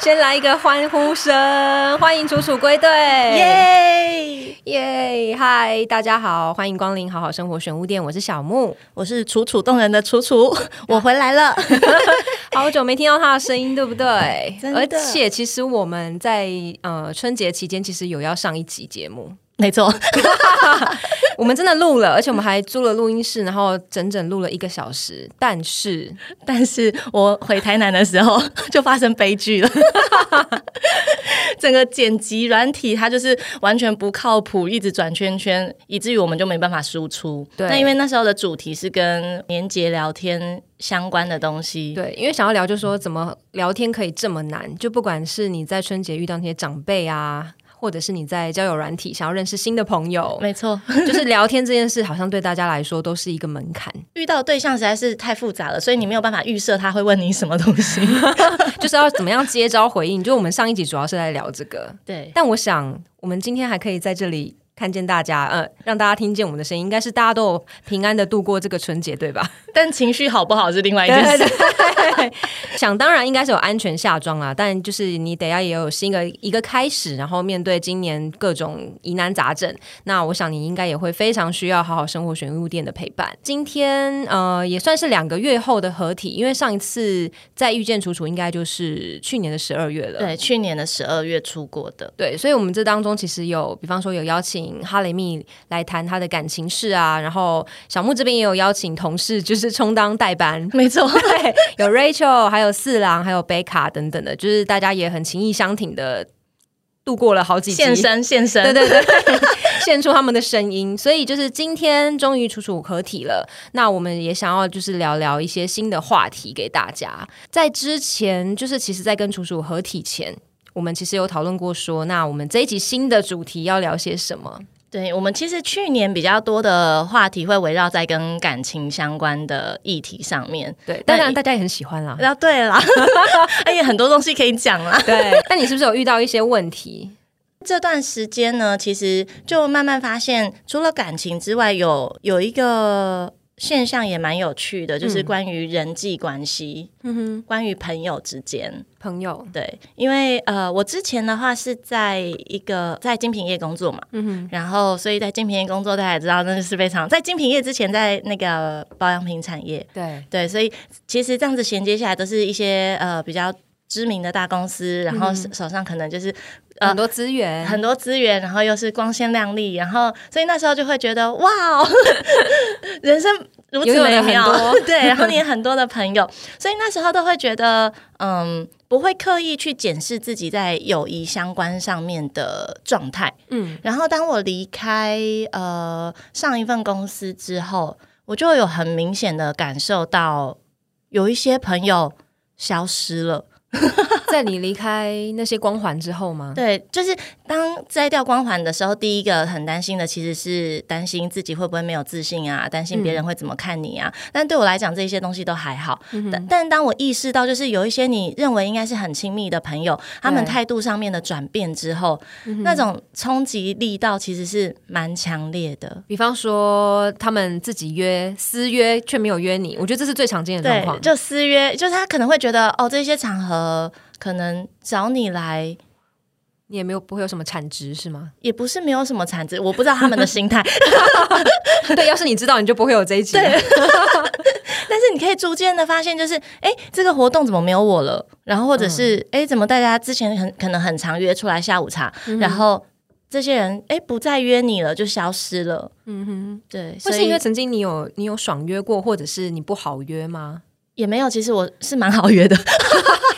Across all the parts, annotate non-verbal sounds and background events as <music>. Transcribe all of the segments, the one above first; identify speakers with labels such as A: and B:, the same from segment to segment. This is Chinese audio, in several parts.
A: 先来一个欢呼声，欢迎楚楚归队！哎
B: 耶！
A: 耶！嗨，大家好，欢迎光临好好生活选物店，我是小木。
B: 我是楚楚动人的楚
A: <laughs>
B: 楚，我回来了。 <laughs>
A: 好久没听到他的声音，对不对？
B: <laughs> 真的
A: 而且其实我们在呃春节期间，其实有要上一集节目， <laughs>
B: 没错， <laughs>
A: 我们真的录了，而且我们还租了录音室，然后整整录了一个小时。但是
B: 但是我回台南的时候 <laughs> 就发生悲剧了， <laughs> 整个剪辑软体它就是完全不靠谱，一直转圈圈，以至于我们就没办法输出。
A: 对
B: 那因为那时候的主题是跟年节聊天相关的东西，
A: 对，因为想要聊，就说怎么聊天可以这么难？就不管是你在春节遇到那些长辈啊，或者是你在交友软体想要认识新的朋友，
B: 没错，
A: 就是聊天这件事，好像对大家来说都是一个门槛， <laughs>
B: 遇到对象实在是太复杂了，所以你没有办法预设他会问你什么东
A: <laughs>
B: 西。
A: 就是要怎么样接招回应。就我们上一集主要是在聊这个，
B: 对，
A: 但我想我们今天还可以在这里。看见大家，呃，让大家听见我们的声音，应该是大家都有平安的度过这个春节，对吧？
B: 但情绪好不好是另外一件事。
A: 对对对， <laughs> 想当然应该是有安全下装啦，但就是你得要也有新的一个开始，然后面对今年各种疑难杂症，那我想你应该也会非常需要好好生活选物店的陪伴。今天呃也算是两个月后的合体，因为上一次再遇见楚楚应该就是去年的十二月了。
B: 对，去年的十二月出国的。
A: 对，所以我们这当中其实有，比方说有邀请哈雷密来谈他的感情事啊，然后小木这边也有邀请同事，就是充当代班，
B: <laughs> 没错，
A: 对，有 Rachel，还有四郎，还有贝卡等等的，就是大家也很情意相挺的度过了好几集
B: <laughs> 现身现身，
A: 对对对，献出他们的声音。所以就是今天终于楚楚合体了，那我们也想要就是聊聊一些新的话题给大家。在之前，就是其实，在跟楚楚合体前。我们其实有讨论过说，那我们这一集新的主题要聊些什么？
B: 对我们其实去年比较多的话题会围绕在跟感情相关的议题上面。
A: 对，当然
B: 那
A: 大家也很喜欢啦。
B: 啊，对 <laughs> 啦，而且很多东西可以讲啦。
A: 对，但你是不是有遇到一些问题？
B: 这段时间呢，其实就慢慢发现，除了感情之外，有有一个现象也蛮有趣的，就是关于人际关系，嗯、关于朋友之间。
A: 朋友，
B: 对，因为呃，我之前的话是在一个在精品业工作嘛，嗯然后所以在精品业工作，大家也知道，那就是非常在精品业之前，在那个保养品产业，
A: 对，
B: 对，所以其实这样子衔接下来都是一些呃比较知名的大公司，然后手手上可能就是呃
A: 很多资源，
B: 很多资源，然后又是光鲜亮丽，然后所以那时候就会觉得哇、哦， <laughs> 人生如此
A: 拥有
B: 美
A: 了很
B: 妙，
A: 多
B: <laughs> 对，然后你也很多的朋友，所以那时候都会觉得嗯，不会刻意去检视自己在友谊相关上面的状态。
A: 嗯，
B: 然后当我离开呃上一份公司之后，我就有很明显的感受到有一些朋友消失了。
A: 在你离开那些光环之后吗？
B: 对，就是当摘掉光环的时候，第一个很担心的其实是担心自己会不会没有自信啊，担心别人会怎么看你啊。但对我来讲，这些东西都还好。但但当我意识到，就是有一些你认为应该是很亲密的朋友，他们
A: 对
B: 态度上面的转变之后，那种冲击力道其实是蛮强烈的。
A: 比方说，他们自己约私约，却没有约你，我觉得这是最常见的状
B: 对
A: 况，。
B: 就私约，就是他可能会觉得哦，这些场合可能找你来。
A: 你也没有不会有什么产值是吗？ <laughs>
B: 也不是没有什么产值，我不知道他们的心态，
A: 对，要是你知道，你就不会有这一集。 <laughs>
B: 对但是你可以逐渐的发现，就是哎，诶这个活动怎么没有我了？然后或者是哎、诶怎么大家之前很可能很常约出来下午茶，然后这些人哎不再约你了，就消失了。嗯哼，对，
A: 或
B: 所
A: 是因
B: 以
A: 为曾经你有你有爽约过，或者是你不好约吗？ <laughs>
B: 也没有，其实我是蛮好约的。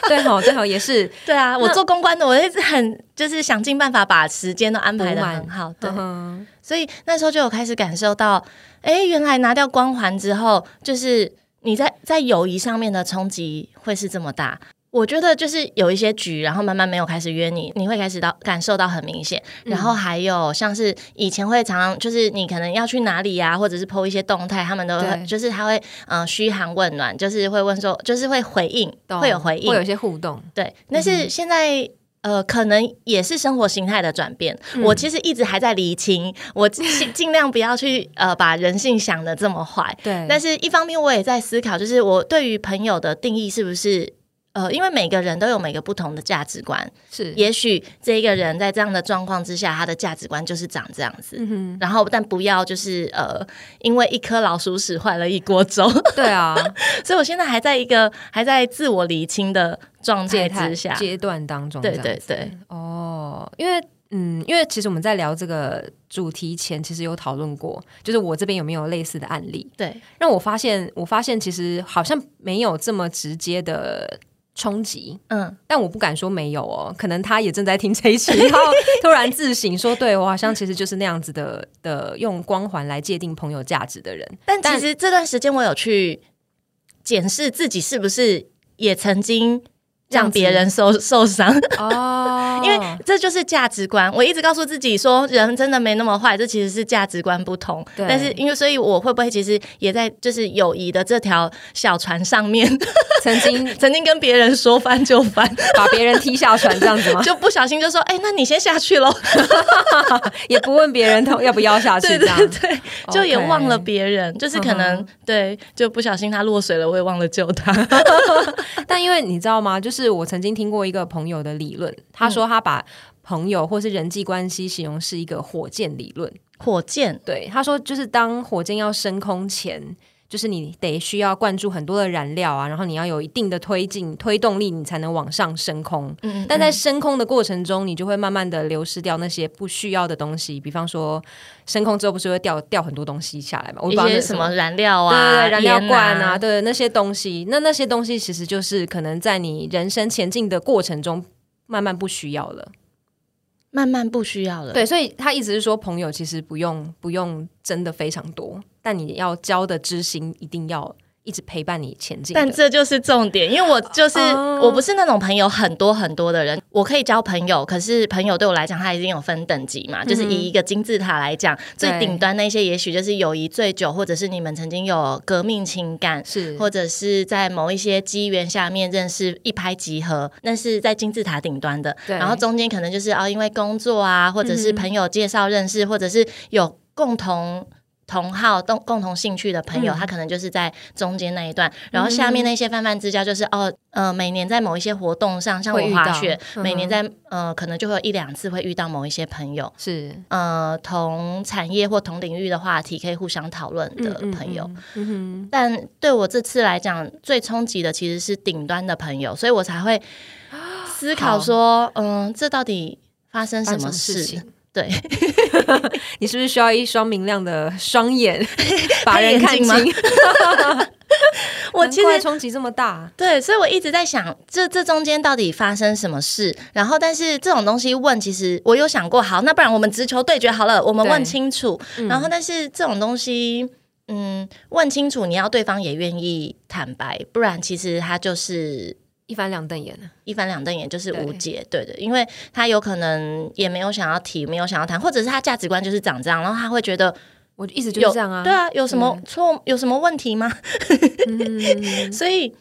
A: 对好，对好，也是。
B: <laughs> 对啊，我做公关的，我一直很就是想尽办法把时间都安排的很好。对，
A: 嗯
B: 所以那时候就有开始感受到，哎，原来拿掉光环之后，就是你在在友谊上面的冲击会是这么大。我觉得就是有一些局，然后慢慢没有开始约你，你会开始到感受到很明显。
A: 嗯
B: 然后还有像是以前会常常就是你可能要去哪里啊呀、或者是 PO 一些动态，他们都
A: 对
B: 会就是他会嗯、呃嘘寒问暖，就是会问说，就是会回应，
A: 懂
B: 会有回应
A: 会有，一些互动。
B: 对，但是现在。呃，可能也是生活形态的转变。我其实一直还在厘清，我尽 <laughs> 尽量不要去呃把人性想的这么坏。
A: 对，
B: 但是一方面我也在思考，就是我对于朋友的定义是不是呃，因为每个人都有每个不同的价值观，
A: 是，
B: 也许这一个人在这样的状况之下，他的价值观就是长这样子。
A: 嗯
B: 然后，但不要就是呃，因为一颗老鼠屎坏了一锅粥， <laughs>
A: 哼， <laughs> 对啊，
B: 所以我现在还在一个还在自我厘清的状态
A: 阶
B: 之
A: 段
B: 下。
A: 阶段当中，
B: 对对，对，
A: 哦，因为。嗯，因为其实我们在聊这个主题前，其实有讨论过，就是我这边有没有类似的案例。
B: 对，
A: 让我发现，我发现其实好像没有这么直接的冲击，
B: 嗯，
A: 但我不敢说没有哦，可能他也正在听这一期，然后突然自省说，对我好像其实就是那样子的的用光环来界定朋友价值的人。
B: 但
A: 但
B: 其实这段时间我有去检视自己是不是也曾经让别人受受伤，
A: 哦
B: 因为这就是价值观。我一直告诉自己说，人真的没那么坏，这其实是价值观不同。
A: 对
B: 但是因为所以我会不会其实也在就是友谊的这条小船上面， <laughs>
A: 曾经
B: 曾经跟别人说翻就 <laughs> 翻，
A: 把别人踢下船这样子吗？
B: 就不小心就说，哎、那你先下去 <laughs> 喽。
A: <laughs> 也不问别人同要不要下去
B: 对
A: 这
B: 对
A: 样。
B: 对，就也忘了别人，就是可能、
A: 嗯
B: 对，就不小心他落水了，我也忘了救他。
A: 但因为你知道吗？就是我曾经听过一个朋友的理论，他说他把朋友或是人际关系形容是一个火箭理论。
B: 火箭，
A: 对，他说就是当火箭要升空前。就是你得需要灌注很多的燃料啊，然后你要有一定的推进推动力，你才能往上升空。
B: 嗯
A: 但在升空的过程中，你就会慢慢的流失掉那些不需要的东西，比方说升空之后不是会掉掉很多东西下来嘛？我不
B: 一
A: 知道那
B: 些
A: 是
B: 什么燃料
A: 对对
B: 啊，
A: 对，燃料
B: 烟
A: 罐啊，，对那些东西，那那些东西其实就是可能在你人生前进的过程中慢慢不需要了。
B: 慢慢不需要了。
A: 对，所以他一直是说，朋友其实不用不用真的非常多，但你要交的知心一定要一直陪伴你前进的。
B: 但这就是重点，因为我就是、
A: 哦
B: 我不是那种朋友很多很多的人，我可以交朋友，可是朋友对我来讲，他已经有分等级嘛，就是
A: 嗯
B: 以一个金字塔来讲，最
A: 对
B: 顶端那些也许就是友谊最久，或者是你们曾经有革命情感，
A: 是
B: 或者是在某一些机缘下面认识一拍即合，那是在金字塔顶端的。
A: 对
B: 然后中间可能就是哦，因为工作啊，或者是
A: 嗯哼
B: 朋友介绍认识，或者是有共同。同好、共共同兴趣的朋友，
A: 嗯
B: 他可能就是在中间那一段，然后下面那些泛泛之交，就是哦，呃，每年在某一些活动上，像
A: 会
B: 我
A: 遇
B: 滑
A: 到
B: 雪，
A: 嗯
B: 每年在呃，可能就会有一两次会遇到某一些朋友，
A: 是
B: 呃，同产业或同领域的话题可以互相讨论的朋友。，
A: 嗯嗯嗯
B: 但对我这次来讲，最冲击的其实是顶端的朋友，所以我才会思考说，嗯，这到底发生
A: 嗯
B: 什
A: 发生
B: 么事？
A: 事情？
B: 对，
A: <laughs> 你是不是需要一双明亮的双
B: <laughs>
A: 眼，把人
B: 眼
A: 看
B: 睛
A: 清？
B: 吗 <laughs> 我
A: 难
B: 其
A: 怪
B: 实
A: 冲击这么大，
B: 对，所以我一直在想，这这中间到底发生什么事？然后，但是这种东西问，其实我有想过，好，那不然我们直球对决好了，我们
A: 对
B: 问清楚。
A: 嗯
B: 然后，但是这种东西。嗯，问清楚，你要对方也愿意坦白，不然其实他就是
A: 一翻两瞪眼啊了。
B: 一翻两瞪眼就是
A: 对
B: 无解，对的，因为他有可能也没有想要提，没有想要谈，或者是他价值观就是长这样，然后他会觉得
A: 我就一直就
B: 有
A: 是这样啊，
B: 对啊，有什么错，有什么问题吗？
A: 嗯，
B: <laughs> 所以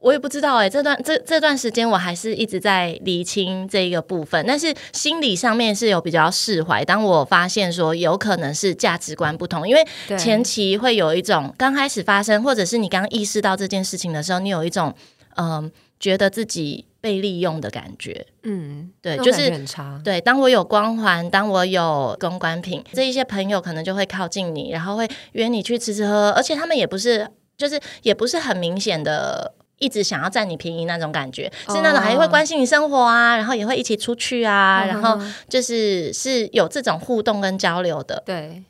B: 我也不知道哎、这段这这段时间我还是一直在厘清这一个部分，但是心理上面是有比较释怀。当我发现说有可能是价值观不同，因为
A: 对
B: 前期会有一种刚开始发生，或者是你刚意识到这件事情的时候，你有一种嗯、觉得自己被利用的感觉。
A: 嗯，
B: 对，
A: 那种
B: 就
A: 感
B: 是
A: 觉很差，
B: 对，当我有光环，当我有公关品，这一些朋友可能就会靠近你，然后会约你去吃吃喝喝，而且他们也不是，就是也不是很明显的。一直想要占你便宜那种感觉，是那
A: 哦
B: 种还会关心你生活啊，然后也会一起出去啊，然后
A: 嗯哼哼
B: 就是是有这种互动跟交流的。
A: 对，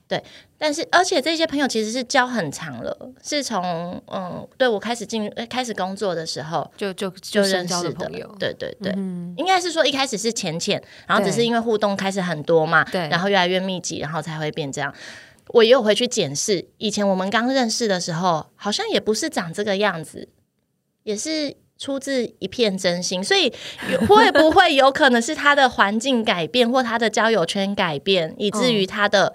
B: 但是，而且这些朋友其实是交很长了，是从嗯，对我开始进呃开始工作的时候
A: 就就就
B: 就认
A: 深交
B: 识
A: 的
B: 的
A: 朋友，，
B: 对对对。
A: 嗯，
B: 应该是说一开始是浅浅，然后只
A: 对
B: 是因为互动开始很多嘛，
A: 对
B: 然后越来越密集，然后才会变这样。我也有回去检视，以前我们刚认识的时候，好像也不是长这个样子，也是出自一片真心，所以有会不会有可能是他的环境改变，或他的交友圈改变，以至于他的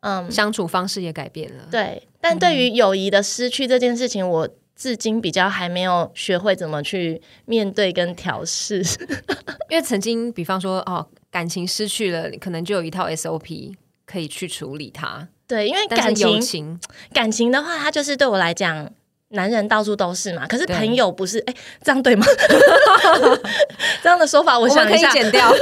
B: 嗯
A: 相处方式也改变了，
B: 对，但对于友谊的失去这件事情，我至今比较还没有学会怎么去面对跟调试。
A: 因为曾经比方说哦，感情失去了，可能就有一套 SOP 可以去处理它，
B: 对，因为
A: 但
B: 感
A: 是友
B: 情
A: 情
B: 感情的话，它就是对我来讲，男人到处都是嘛，可是
A: 对
B: 朋友不是哎、这样对吗？ <laughs> 这样的说法，
A: 我
B: 我
A: 们
B: 想
A: 可
B: 一
A: 以
B: 下。
A: 剪掉。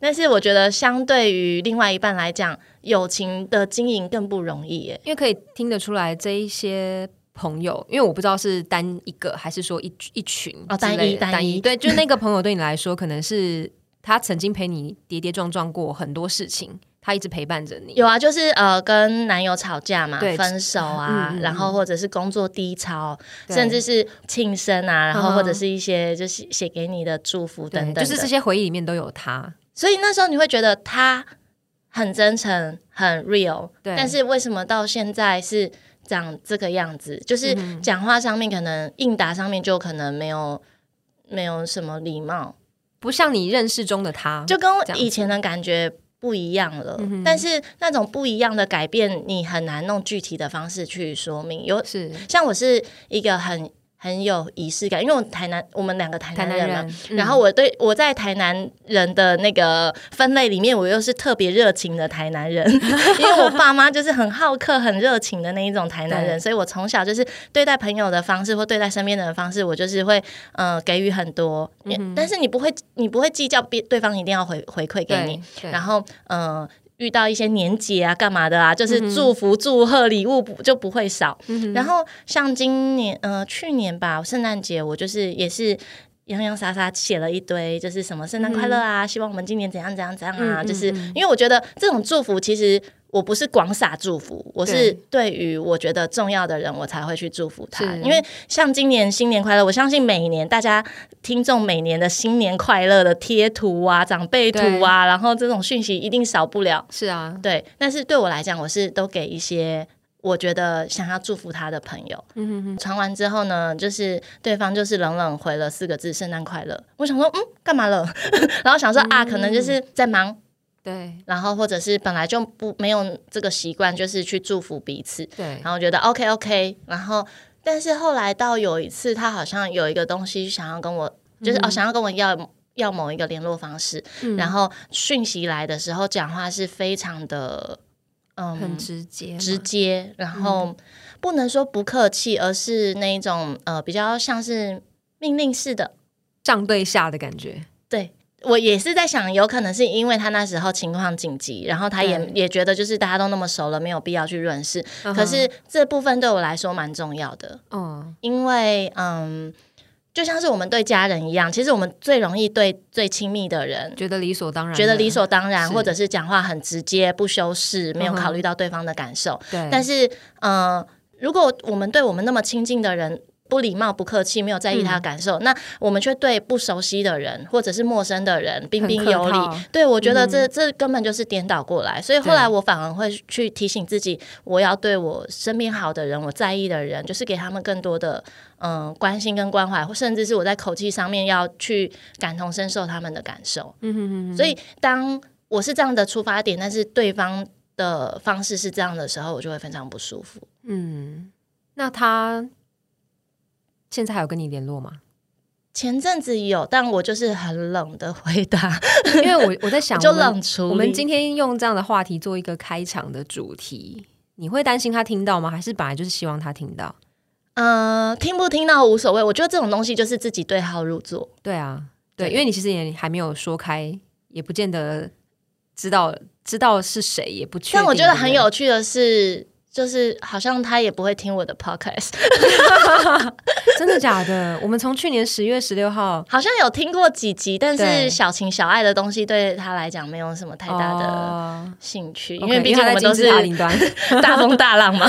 B: 但是我觉得，相对于另外一半来讲，友情的经营更不容易耶。
A: 因为可以听得出来这一些朋友，因为我不知道是单一个还是说一一群
B: 哦
A: 之类的
B: 单一单一
A: 单对，就是那个朋友对你来说，可能是他曾经陪你跌跌撞撞过很多事情，他一直陪伴着你。
B: 有啊，就是呃，跟男友吵架嘛，
A: 对
B: 分手啊，
A: 嗯嗯嗯
B: 然后或者是工作低潮，
A: 对
B: 甚至是庆生啊，然后
A: 嗯
B: 或者是一些就是写给你的祝福
A: 对
B: 等，等
A: 就
B: 的，
A: 是这些回忆里面都有他。
B: 所以那时候你会觉得他很真诚、很 real，
A: 对
B: 但是为什么到现在是长这个样子？就是
A: 嗯
B: 讲话上面可能应答上面就可能没有没有什么礼貌，
A: 不像你认识中的他，
B: 就跟我
A: 这样子
B: 以前的感觉不一样了。
A: 嗯
B: 但是那种不一样的改变，你很难用具体的方式去说明。有
A: 是
B: 像我是一个很很有仪式感，因为我台南我们两个台
A: 台
B: 南
A: 南
B: 人嘛，
A: 人。
B: 然后我对我在台南人的那个分类里面，我又是特别热情的台南人，因为我爸妈就是很好客、很热情的那一种台南人，
A: 对
B: 所以我从小就是对待朋友的方式或对待身边的人的方式，我就是会呃给予很多，但是你不会你不会计较别对方一定要回回馈给你
A: 对，，对
B: 然后呃。遇到一些年节啊、干嘛的啊，
A: 嗯
B: 就是祝福、祝贺、礼物不就不会少。然后像今年呃去年吧，圣诞节我就是也是洋洋洒洒写了一堆，就是什么圣诞快乐啊，希望我们今年怎样怎样怎样啊，
A: 嗯嗯嗯
B: 就是因为我觉得这种祝福其实。我不是广撒祝福，我是对于我觉得重要的人，我才会去祝福他。
A: 是
B: 因为像今年新年快乐，我相信每一年大家听众每年的新年快乐的贴图啊、长辈图啊，然后这种讯息一定少不了。
A: 是啊，
B: 对，但是对我来讲，我是都给一些我觉得想要祝福他的朋友。传完之后呢，就是对方就是冷冷回了四个字“圣诞快乐”。我想说，嗯，干嘛了？ <laughs> 然后想说啊，可能就是在忙，
A: 对
B: 然后或者是本来就不没有这个习惯，就是去祝福彼此。
A: 对，
B: 然后觉得 OK OK，然后但是后来到有一次，他好像有一个东西想要跟我，
A: 嗯
B: 就是、哦想要跟我要要某一个联络方式，然后讯息来的时候讲话是非常的
A: 很
B: 嗯
A: 直接嗯嘛，
B: 直接，然后不能说不客气，而是那一种呃比较像是命令式的，
A: 上对下的感觉。
B: 对。我也是在想，有可能是因为他那时候情况紧急，然后他也
A: 对
B: 也觉得就是大家都那么熟了，没有必要去认识。可是这部分对我来说蛮重要的，
A: 嗯，
B: 因为嗯，就像是我们对家人一样，其实我们最容易对最亲密的人
A: 嗯，觉得理所当然，
B: 觉得理，所当然，
A: 是
B: 或者是讲话很直接、不修饰，没有
A: 嗯哼
B: 考虑到对方的感受。
A: 对，
B: 但是，呃，如果我们对我们那么亲近的人，不礼貌、不客气，没有
A: 嗯
B: 在意他的感受，那我们却对不熟悉的人或者是陌生的人彬彬
A: 很
B: 有
A: 客
B: 礼
A: 套，嗯
B: 对我觉得这、这根本就是颠倒过来。所以后来我反而会去提醒自己，我要对我身边好的人、我在意的人，就是给他们更多的嗯、呃关心跟关怀，或甚至是我在口气上面要去感同身受他们的感受。
A: 嗯哼哼哼
B: 所以当我是这样的出发点，但是对方的方式是这样的时候，我就会非常不舒服。
A: 嗯，那他现在还有跟你联络
B: <laughs>
A: 吗？
B: 前阵子有，但我就是很冷的回答，
A: 因为我我在想，
B: <laughs> 就
A: 我们
B: 冷处理。
A: 我们今天用这样的话题做一个开场的主题，你会担心他听到吗？还是本来就是希望他听到？
B: 呃，听不听到无所谓，我觉得这种东西就是自己对号入座。
A: 对啊，对，
B: 对
A: 因为你其实也还没有说开，也不见得知道知道是谁，也不确定。
B: 但我觉得很
A: 对不
B: 有趣的是，就是好像他也不会听我的 podcast， <laughs>
A: 对 <laughs> 真的假的？我们从去年十月十六号
B: 好像有听过几集，但
A: 对
B: 是小情小爱的东西对他来讲没有什么太大的
A: 哦
B: 兴趣，
A: OK，
B: 因为毕竟
A: 他在
B: 我们
A: 金
B: 都
A: 字
B: 是
A: 塔顶端
B: 大风大浪嘛。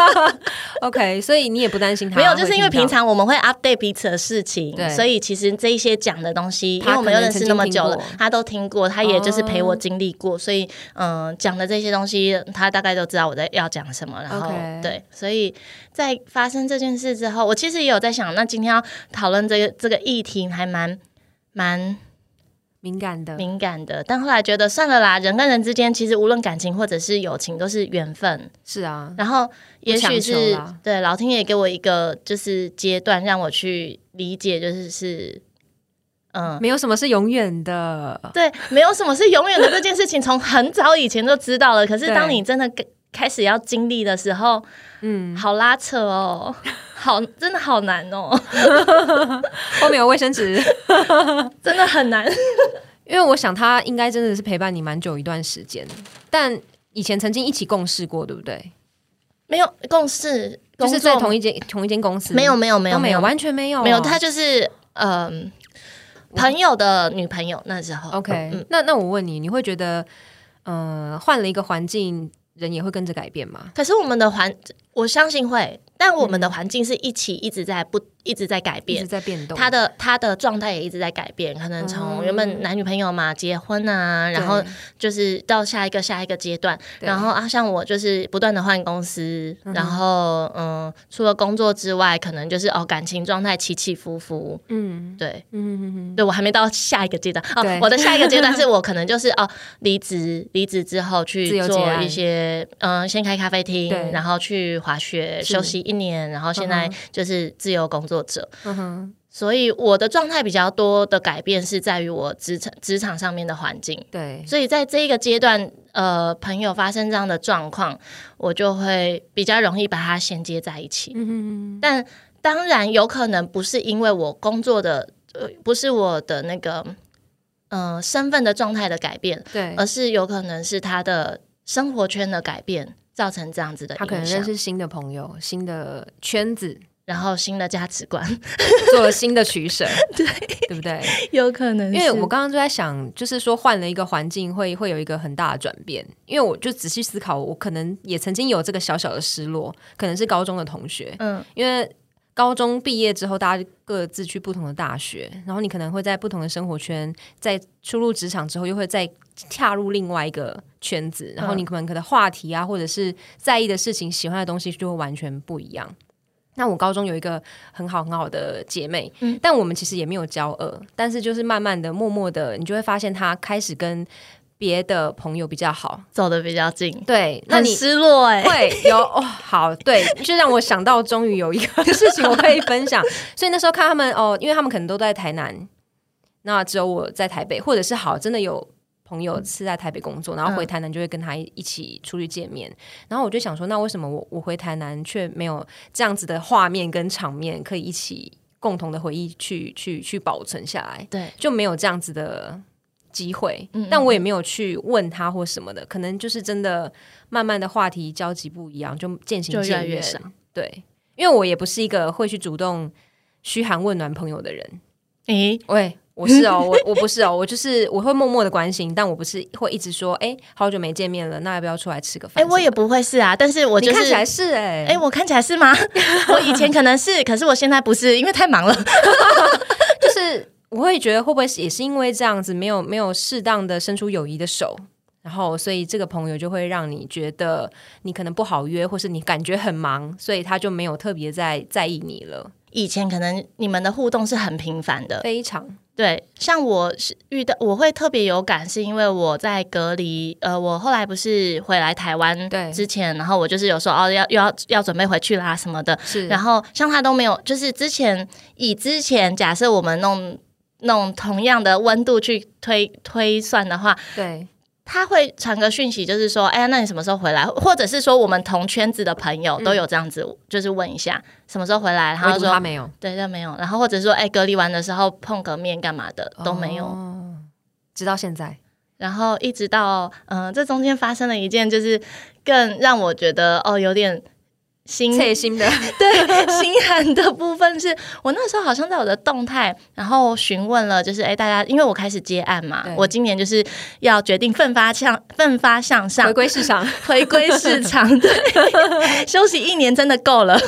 B: <laughs>
A: ，OK，所以你也不担心他
B: 没有，就是因为
A: 会听到
B: 平常我们会 update 彼此的事情
A: 对，
B: 所以其实这一些讲的东西，因
A: 他
B: 为我们又
A: 可能
B: 认识那么久了
A: 曾经听过，
B: 他都听过，他也就是陪我
A: 哦
B: 经历过，所以嗯、呃讲的这些东西，他大概都知道我在要讲什么。然后
A: OK
B: 对，所以在发生这件事之后，我其实也有在想，那今天要讨论这个这个议题，还蛮蛮
A: 敏感的，
B: 敏感的。但后来觉得算了啦，人跟人之间，其实无论感情或者是友情，都是缘分。
A: 是啊，
B: 然后也许
A: 不强
B: 是
A: 求啦
B: 对老天爷给我一个就是阶段，让我去理解，就是是嗯。
A: 没有什么是永远的，
B: 对，没有什么是永远的这件事情，从很早以前就知道了。可是
A: 对
B: 当你真的跟开始要经历的时候，嗯，好拉扯哦，好，真的好难哦，
A: 后面有卫生纸，
B: 真的很难。
A: 因为我想他应该真的是陪伴你蛮久一段时间，但以前曾经一起共事过，对不对？
B: 没有共识，
A: 就是在同
B: 一
A: 一间同一间公司，
B: 没有没有没有
A: 都没有，完全没有，啊
B: 没有，他就是嗯、朋友的女朋友那时候
A: OK、
B: 嗯，
A: 那那我问你，你会觉得，呃，换了一个环境，人也会跟着改变吗？
B: 可是我们的环，我相信会，但我们的环境是一起一直在不一直在改
A: 嗯一直
B: 变。
A: 在变动。
B: 他的他的状态也一直在改变，可能从原本男女朋友嘛、结婚啊，然后
A: 嗯对
B: 就是到下一个下一个阶段，
A: 对
B: 然后啊，像我就是不断的换公司，然后嗯，除了工作之外，可能就是哦感情状态起起伏伏，
A: 嗯
B: 对，
A: 嗯嗯
B: 对我还没到下一个阶段哦
A: 对，
B: 我的下一个阶
A: <laughs>
B: 段是我可能就是哦，离职，离职之后
A: 自
B: 去
A: 由结
B: 做
A: 案
B: 一些嗯、先开咖啡厅
A: 对，
B: 然后去滑雪
A: 是
B: 休息一年，然后现在
A: 嗯哼
B: 就是自由工作者。
A: 嗯哼，
B: 所以我的状态比较多的改变是在于我职场职场上面的环境，
A: 对，
B: 所以在这一个阶段，呃，朋友发生这样的状况，我就会比较容易把它衔接在一起。
A: 嗯
B: 但当然有可能不是因为我工作的，呃，不是我的那个，呃，身份的状态的改变，
A: 对，
B: 而是有可能是他的生活圈的改变造成这样子的
A: 他可能
B: 影
A: 认
B: 响，
A: 识新的朋友、新的圈子，
B: 然后新的价值
A: <laughs>
B: 观，
A: 做了新的取
B: <laughs>
A: 舍，对，对不对？
B: 有可能
A: 因为我刚刚就在想，就是说换了一个环境会会有一个很大的转变，因为我就仔细思考，我可能也曾经有这个小小的失落，可能是高中的同学，
B: 嗯，
A: 因为高中毕业之后，大家就各自去不同的大学，然后你可能会在不同的生活圈，在出入职场之后，又会再踏入另外一个圈子，然后你可能可能话题啊，或者是在意的事情、喜欢的东西，就会完全不一样。那我高中有一个很好很好的姐妹，
B: 嗯
A: 但我们其实也没有交恶，但是就是慢慢的、默默的，你就会发现她开始跟别的朋友比较好。
B: 走的比较近，
A: 对，那
B: 很
A: 你
B: 失落哎、
A: 会有哦，好，对，就让我想到，终于有一个 <laughs> 事情我可以分享。所以那时候看他们哦，因为他们可能都在台南，那只有我在台北，或者是好，真的有朋友是在台北工作，然后回台南就会跟他一起出去见面。然后我就想说，那为什么我我回台南却没有这样子的画面跟场面可以一起共同的回忆去去去保存下来？
B: 对，
A: 就没有这样子的机会。
B: 嗯嗯
A: 但我也没有去问他或什么的，可能就是真的慢慢的话题交集不一样，就渐行
B: 就越
A: 渐
B: 来越
A: 远
B: 少。
A: 对，因为我也不是一个会去主动嘘寒问暖朋友的人。
B: 咦、
A: 喂，我是哦，我我不是哦，我就是我会默默的关心，但我不是会一直说，哎、好久没见面了，那要不要出来吃个
B: 哎、
A: 饭？
B: 我也不会是啊，但是我
A: 你
B: 就是
A: 看起来是哎、
B: 哎、我看起来是
A: <laughs>
B: 吗？我以前可能是，可是我现在不是，因为太忙了。
A: 就是我会觉得会不会是也是因为这样子没有没有适当的伸出友谊的手，然后所以这个朋友就会让你觉得你可能不好约，或是你感觉很忙，所以他就没有特别在在意你了。
B: 以前可能你们的互动是很频繁的，
A: 非常
B: 对，像我是遇到我会特别有感，是因为我在隔离，呃，我后来不是回来台湾
A: 对
B: 之前，然后我就是有说哦，要又要要准备回去啦什么的，
A: 是，
B: 然后像他都没有，就是之前以之前假设我们弄弄同样的温度去推推算的话，
A: 对
B: 他会传个讯息，就是说，哎、那你什么时候回来？或者是说我们同圈子的朋友都有这样子，就是问一下什么时候回来，然后
A: 唯
B: 他
A: 独
B: 说
A: 嗯他没有
B: 对，那没有。然后或者说，哎、隔离完的时候碰个面干嘛的都没有。
A: 哦直到现在，
B: 然后一直到，嗯、这中间发生了一件，就是更让我觉得哦，有点心
A: 最新的
B: <laughs> 对心寒的部分是，我那时候好像在我的动态，然后询问了，就是哎，大家因为我开始接案嘛
A: 对，
B: 我今年就是要决定奋发向奋发向上
A: 回，归市
B: <laughs>
A: 场，
B: 回归市场，对，休息一年真的够了，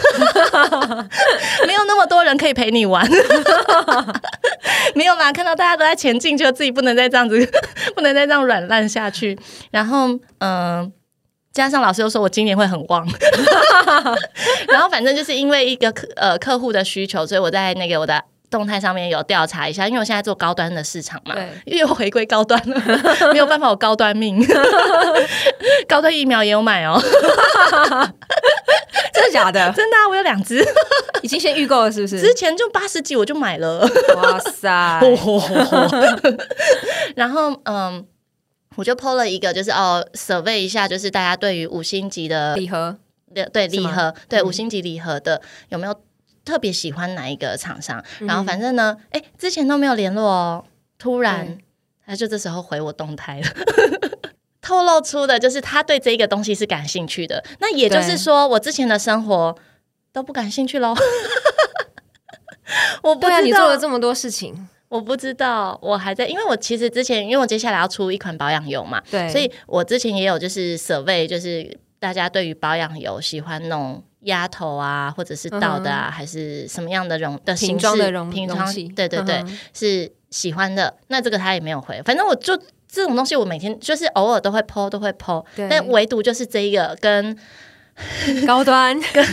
B: 没有那么多人可以陪你玩，没有啦，看到大家都在前进，就自己不能再这样子， <laughs> 不能再这样软烂下去。然后，嗯、加上老师又说我今年会很旺，然后反正就是因为一个客呃客户的需求，所以我在那个我的。动态上面有调查一下，因为我现在做高端的市场嘛，
A: 对
B: 因为我回归高端了，没 <laughs> 有办法，我高端命， <laughs> 高端疫苗也有买哦，
A: 真的假的？
B: 真的、啊，我有两支，
A: 已经先预购了是不哎
B: 之
A: 是？
B: 前就八十几 <laughs> 我就买了，
A: <laughs> 哇塞，
B: 然后嗯，我就 PO 了一个，就是哦，survey 一下，就是大家对于五星级的
A: 礼盒
B: 对对
A: 是
B: 礼
A: 吗
B: 盒，对
A: 嗯
B: 五星级礼盒的有没有特别喜欢哪一个厂商？
A: 嗯
B: 然后反正呢，哎，之前都没有联络哦，突然
A: 对
B: 他就这时候回我动态了。 <laughs> 透露出的就是他对这个东西是感兴趣的，那也就是
A: 对
B: 说，我之前的生活都不感兴趣喽。 <laughs> 我不
A: 对啊，
B: 知
A: 你
B: 道
A: 做了这么多事情，
B: 我不知道，我还在，因为我其实之前，因为我接下来要出一款保养油嘛，
A: 对，
B: 所以我之前也有就是 survey，就是大家对于保养油喜欢弄压头啊，或者是倒的啊，还是什么样的容的
A: 嗯瓶
B: 形
A: 装
B: 式
A: 的容
B: 瓶
A: 容
B: 装
A: 器，，
B: 对对对，
A: 嗯哼
B: 是喜欢的。那这个他也没有回，反正我就这种东西，我每天就是偶尔都会 PO，都会 PO，
A: 对
B: 但唯独就是这一个跟
A: <laughs> 高端
B: <laughs>
A: 跟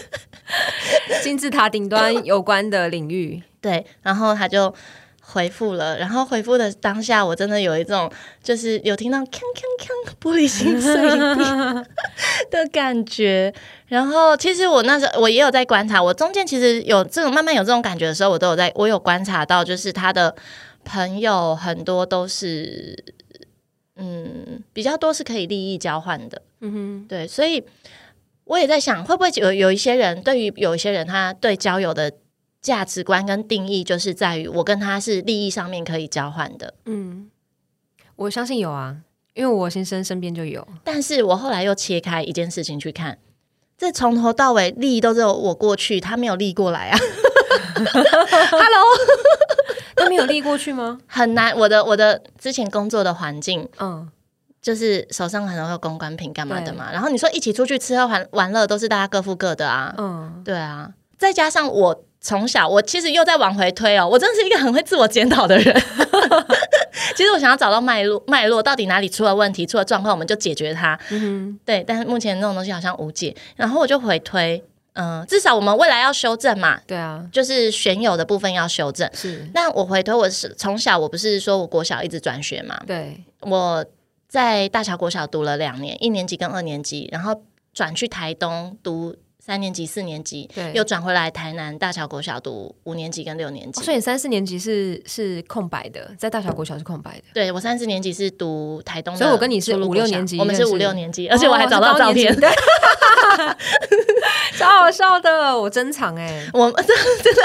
A: 高端 <laughs> 金字塔顶端有关的领域，
B: 对，然后他就回复了，然后回复的当下，我真的有一种就是有听到锵锵锵玻璃心碎地的感觉。然后其实我那时候我也有在观察，我中间其实有这种慢慢有这种感觉的时候，我都有在，我有观察到，就是他的朋友很多都是。嗯，比较多是可以利益交换的，
A: 嗯
B: 对，所以我也在想，会不会有有一些人，对于有一些人，他对交友的价值观跟定义，就是在于我跟他是利益上面可以交换的
A: 哼，。嗯，我相信有啊，因为我先生身边就有，
B: 但是我后来又切开一件事情去看，这从头到尾利都只有我过去，他没有利过来啊。Hello，
A: <laughs> 那没有立过去
B: <laughs>
A: 吗？
B: 很难。我的我的之前工作的环境，
A: 嗯，
B: 就是手上很多有公关品干嘛的
A: 对
B: 嘛。然后你说一起出去吃喝玩玩乐，都是大家各付各的啊。
A: 嗯，
B: 对啊，再加上我从小，我其实又在往回推哦，我真的是一个很会自我检讨的人。 <laughs> 其实我想要找到脉络，脉络到底哪里出了问题，出了状况，我们就解决它。
A: 嗯
B: 对，但是目前那种东西好像无解，然后我就回推，嗯、至少我们未来要修正嘛
A: 哼，，对啊，
B: 就是选友的部分要修正。
A: 是，
B: 那我回推，我是从小我不是说我国小一直转学嘛，
A: 对，
B: 我在大桥国小读了两年，一年级跟二年级，然后转去台东读三年级、四年级，
A: 对哦
B: 又转回来台南大桥国小读五年级跟六年级。
A: 哦所以你三四年级是是空白的，在大小国小是空白的。
B: 对我三四年级是读台东的初
A: 所以
B: 鹿国小，
A: 我跟你是五六年级
B: 我们是
A: 认识
B: 五六年级，而且我还找到照片
A: 哦，，是高年级 <laughs> 超好笑的，我珍藏哎、
B: 我 <laughs> 们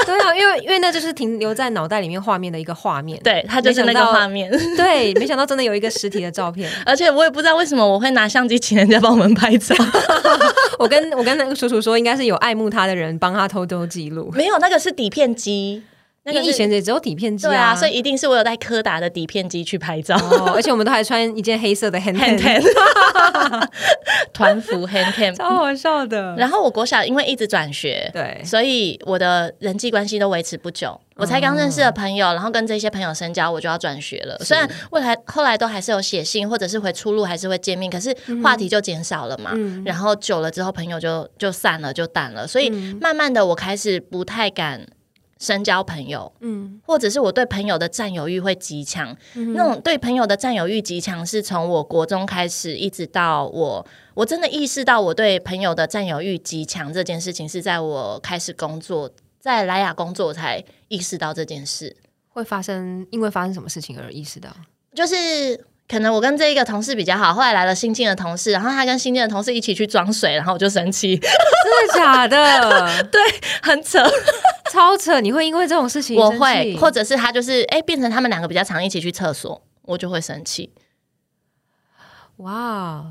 A: 对啊，因为因为那就是停留在脑袋里面画面的一个画面，
B: 对他就是那
A: 没
B: 个
A: 想到
B: 画面，
A: <laughs> 对，没想到真的有一个实体的照
B: <laughs>
A: 片。
B: 而且我也不知道为什么我会拿相机请人家帮我们拍
A: <laughs>
B: 照，
A: 我跟我跟那个叔叔说，应该是有爱慕他的人帮他偷偷记录，
B: 没有那个是底片机，那
A: 因为
B: 个
A: 以
B: 是
A: 前也只有底片机
B: 对啊，所
A: 以
B: 以一定是我有带柯达的底片机去
A: <laughs>
B: 拍照。
A: 哦，而且我们都还穿一件黑色的 hand
B: hand
A: hand，
B: tan，团
A: <laughs>
B: 服 hand tan。
A: 超好笑的。
B: 然后我国小因为一直转学，
A: 对，
B: 所以我的人际关系都维持不久。我才刚认识的朋友，然后跟这些朋友深交，我就要转学了。虽然未来后来都还是有写信，或者是回出路还是会见面，可是话题就减少了嘛。然后久了之后，朋友就就散了，就淡了。所以慢慢的，我开始不太敢深交朋友。
A: 嗯，
B: 或者是我对朋友的占有欲会极强。那种对朋友的占有欲极强，是从我国中开始，一直到我我真的意识到我对朋友的占有欲极强这件事情，是在我开始工作，在莱雅工作我才意识到这件事。
A: 会发生因为发生什么事情而意识到，
B: 就是可能我跟这一个同事比较好，后来来了新进的同事，然后他跟新进的同事一起去装水，然后我就生气，
A: 真的假
B: <laughs>
A: 的？
B: 很扯。
A: 超扯！ <laughs> 你会因为这种事情
B: 我
A: 生
B: 会，
A: 气
B: 或者是他就是哎、变成他们两个比较常一起去厕所，我就会生气。
A: 哇，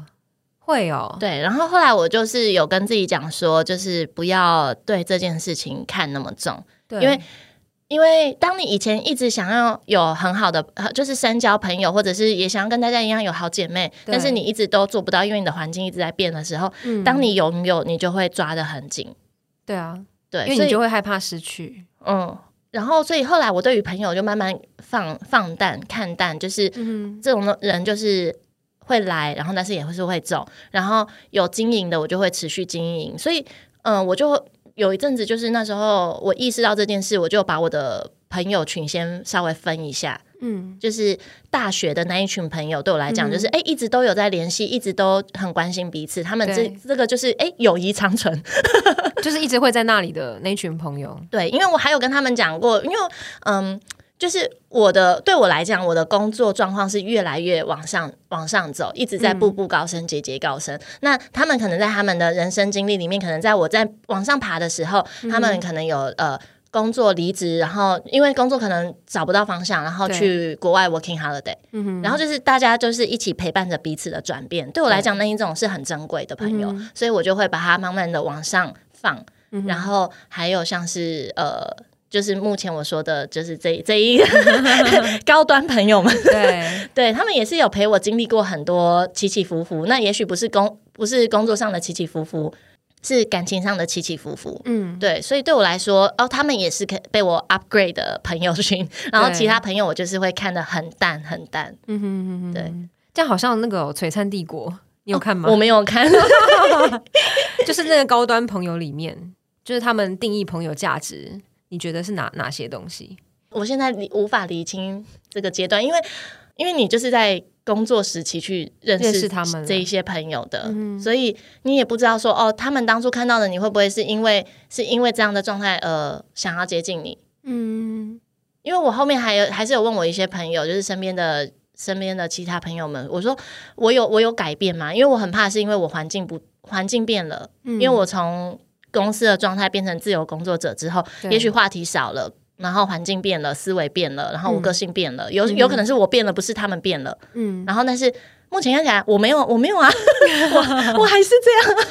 A: 会哦，
B: 对，然后后来我就是有跟自己讲说，就是不要对这件事情看那么重，
A: 对
B: 因为因为当你以前一直想要有很好的，呃就是深交朋友，或者是也想要跟大家一样有好姐妹，
A: 对
B: 但是你一直都做不到，因为你的环境一直在变的时候，
A: 嗯
B: 当你拥有，你就会抓得很紧。
A: 对啊，
B: 对，
A: 因为
B: 所
A: 你
B: 以
A: 就会害怕失去，
B: 嗯，然后所以后来我对于朋友就慢慢放放淡看淡，就是
A: 嗯，
B: 这种人就是会来，然后但是也会是会走，然后有经营的我就会持续经营，所以嗯、呃我就会有一阵子就是那时候我意识到这件事，我就把我的朋友群先稍微分一下。
A: 嗯，
B: 就是大学的那一群朋友，对我来讲，
A: 嗯
B: 就是哎、诶一直都有在联系，一直都很关心彼此。他们这
A: 对
B: 这个就是哎、诶友谊长存，
A: 就是一直会在那里的那群朋友，
B: 对，因为我还有跟他们讲过，因为嗯。就是我的对我来讲，我的工作状况是越来越往上往上走，一直在步步高升、节节高升。那他们可能在他们的人生经历里面，可能在我在往上爬的时候，他们可能有呃。工作离职，然后因为工作可能找不到方向，然后
A: 对
B: 去国外 working holiday，然后
A: 嗯
B: 就是大家就是一起陪伴着彼此的转变。对我来讲，那一种是很珍贵的朋友，所以我就会把它慢慢的往上放。
A: 嗯
B: 然后还有像是呃，就是目前我说的，就是这这
A: <laughs>
B: 一 <laughs> 高端朋友们，
A: 对，
B: <laughs> 对他们也是有陪我经历过很多起起伏伏。那也许不是工不是工作上的起起伏伏，是感情上的起起伏伏。
A: 嗯，
B: 对，所以对我来说，哦，他们也是可被我 upgrade 的朋友 <laughs> 群，然后
A: 对
B: 其他朋友我就是会看得很淡很淡。
A: 嗯哼哼哼
B: 对，哦
A: 这样好像那个哦《璀璨帝国》，你有看吗？
B: 我没有看，
A: <laughs> 就是那个高端朋友里面，就是他们定义朋友价值，你觉得是哪哪些东西？
B: 我现在理无法理清这个阶段，因为因为你就是在工作时期去认
A: 认识
B: 识
A: 他们了
B: 这一些朋友
A: 嗯
B: 的，所以你也不知道说哦，他们当初看到的你会不会是因为是因为这样的状态呃想要接近你？
A: 嗯，
B: 因为我后面还有还是有问我一些朋友，就是身边的身边的其他朋友们，我说我有我有改变吗？因为我很怕是因为我环境不环境变了，
A: 嗯
B: 因为我从公司的状态变成自由工作者之后，
A: 对
B: 也许话题少了。然后环境变了，思维变了，然后我个性变了，有有可能是我变了，不是他们变了。
A: 嗯，
B: 然后但是目前看起来我没有，我没有啊，我我还是这样。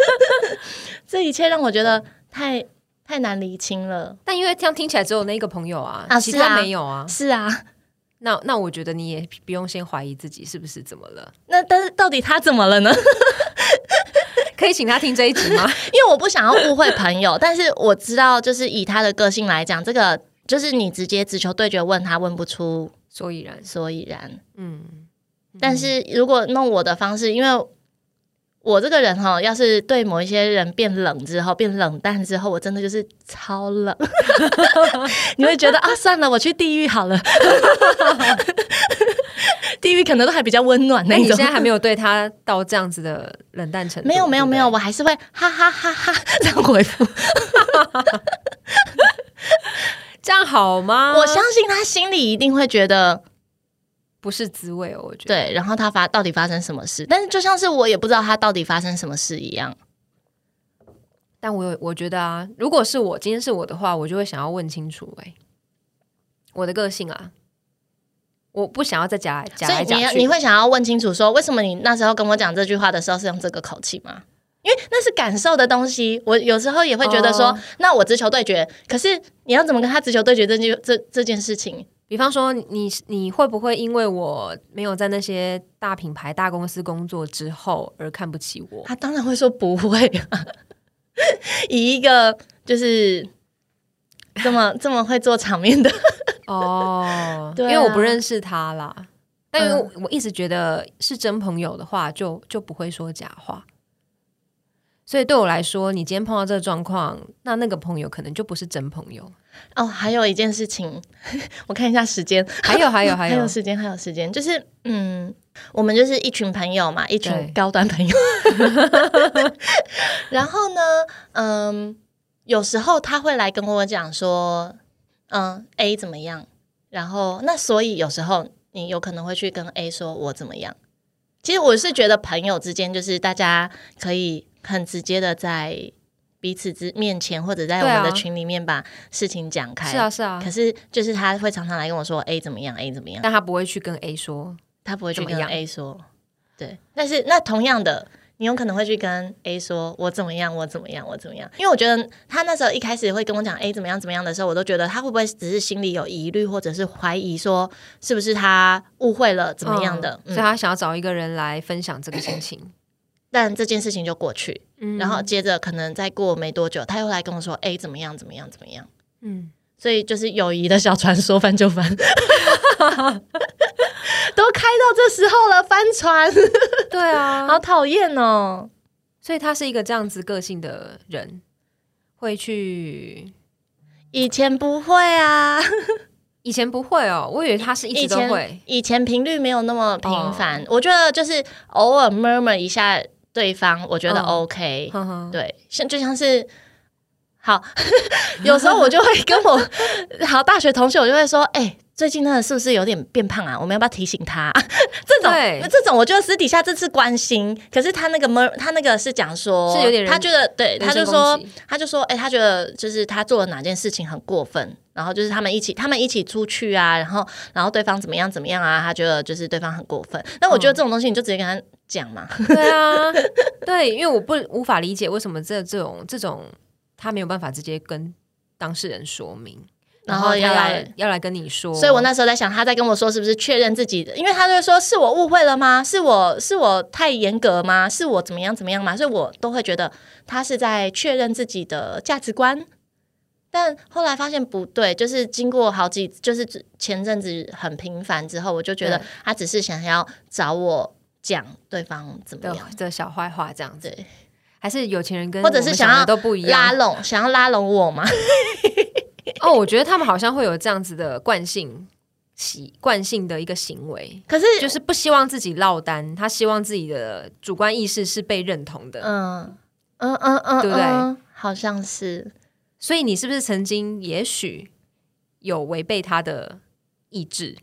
B: <laughs> 这一切让我觉得太太难厘清了。
A: 但因为这样听起来只有那一个朋友啊，
B: 啊
A: 其
B: 是
A: 他
B: 啊
A: 没有啊。
B: 是啊，
A: 那那我觉得你也不用先怀疑自己是不是怎么了，
B: 那但是到底他怎么了呢？ <laughs>
A: 可以请他听这一集吗？
B: 因为我不想要误会朋友，但是我知道，就是以他的个性来讲，这个就是你直接直球对决问他，问不出
A: 所以然，
B: 所以然。
A: 嗯，
B: 但是如果弄我的方式，因为我这个人哈，要是对某一些人变冷之后，变冷淡之后，我真的就是超冷， <laughs> 你会觉得啊，算了，我去地狱好了， <laughs> 地狱可能都还比较温暖那
A: 那哎你
B: 一
A: 现
B: 种。
A: 在还没有对他到这样子的冷淡程度？
B: 没有没有
A: 对不对
B: 没有，，我还是会哈哈哈哈这样回复。
A: 这样好吗？
B: 我相信他心里一定会觉得
A: 不是滋味哦，我觉得。
B: 对，然后他发到底发生什么事？但是就像是我也不知道他到底发生什么事一样。
A: 但我有我觉得啊，如果是我今天是我的话，我就会想要问清楚、欸，我的个性啊，我不想要再夹夹
B: 所以
A: 来夹
B: 你要
A: 去。
B: 你会想要问清楚说，为什么你那时候跟我讲这句话的时候是用这个口气吗？因为那是感受的东西，我有时候也会觉得说，
A: 哦
B: 那我直球对决。可是你要怎么跟他直球对决这件这这件事情？
A: 比方说你，你你会不会因为我没有在那些大品牌、大公司工作之后而看不起
B: <laughs>
A: 我？
B: 他啊当然会说不会啊，以一个就是这么这么会做场面的，
A: 哦，
B: 对啊嗯
A: 因为我不认识他啦。但因为我一直觉得是真朋友的话，就就不会说假话。所以对我来说，你今天碰到这个状况，那那个朋友可能就不是真朋友。
B: <laughs> 哦，还有一件事情，我看一下时 <laughs> 间，
A: 还有还有还
B: 嗯还
A: 有
B: 有，时间，还有时间，就是嗯，我们就是一群朋友嘛，一
A: 对
B: 群高端朋友。
A: <laughs>
B: 然后呢，嗯，有时候他会来跟我讲说，嗯，A 怎么样？然后那所以有时候你有可能会去跟 A 说我怎么样。其实我是觉得朋友之间就是大家可以很直接的在彼此之面前或者在我
A: 对啊
B: 们的群里面把事情讲开。
A: 是啊是啊
B: 可，是就是他会常常来跟我说 A 怎么样 A 怎么样，
A: 但他不会去跟 A 说，
B: 他不会去
A: 怎么
B: 跟
A: 样
B: A 说，对。但是那同样的，你有可能会去跟 A 说我怎么样我怎么样我怎么样，因为我觉得他那时候一开始会跟我讲 A 怎么样怎么样的时候，我都觉得他会不会只是心里有疑虑或者是怀疑说是不是他误会了怎么样的，
A: 嗯所
B: 嗯
A: 以他想要找一个人来分享这个心情。
B: 但这件事情就过去，
A: 嗯
B: 然后接着可能再过没多久，他又来跟我说 A 怎么样怎么样怎么样。
A: 嗯，
B: 所以就是友谊的小船说翻就翻， <laughs> 都开到这时候了，翻船，
A: 对啊，
B: 好讨厌哦。
A: 所以他是一个这样子个性的人，会去。
B: 以前不会啊，
A: 以前不会哦，我以为他是一直
B: 以
A: 都
B: 前
A: 会。
B: 以前频率没有那么频繁，我觉得就是偶尔 murmur 一下对方，我觉得
A: 嗯
B: OK、
A: 呵呵
B: 对，像就像是好， <laughs> 有时候我就会跟我好大学同学，我就会说，哎、最近那个是不是有点变胖啊？我们要不要提醒他？ <laughs> 这种
A: 对
B: 这种，我觉得私底下这是关心，可是他那个么，他那个是讲说，
A: 是有点人
B: 他觉得对，他
A: 人身
B: 就说
A: 攻击，
B: 他就说，哎、他觉得就是他做了哪件事情很过分，然后就是他们一起，他们一起出去啊，然后然后对方怎么样怎么样啊，他觉得就是对方很过分。那
A: 嗯
B: 我觉得这种东西你就直接跟他讲嘛，
A: 对啊，对，因为我不无法理解为什么这这种这种他没有办法直接跟当事人说明，
B: 然后
A: 后他
B: 要来
A: 来要来跟你说，
B: 所以我那时候在想，他在跟我说是不是确认自己的，因为他就会说是我误会了吗？是我是我太严格吗？是我怎么样怎么样吗？所以我都会觉得他是在确认自己的价值观。但后来发现不对，就是经过好几，就是前阵子很频繁之后，我就觉得
A: 对
B: 他只是想要找我讲对方怎么
A: 的
B: 样，
A: 的小坏话这样子，
B: 对，
A: 还是有钱人跟
B: 或者
A: 我
B: 是
A: 们
B: 想
A: 想的
B: 要
A: 都不一
B: 拉
A: 样
B: 拢，想要拉拢我吗？
A: 哦。我觉得他们好像会有这样子的惯性习惯性的一个行为，
B: <laughs> 可是
A: 就是不希望自己落单，他希望自己的主观意识是被认同的。
B: 嗯嗯嗯嗯，
A: 对不对
B: 嗯好像是。
A: 所以你是不是曾经也许有违背他的意志，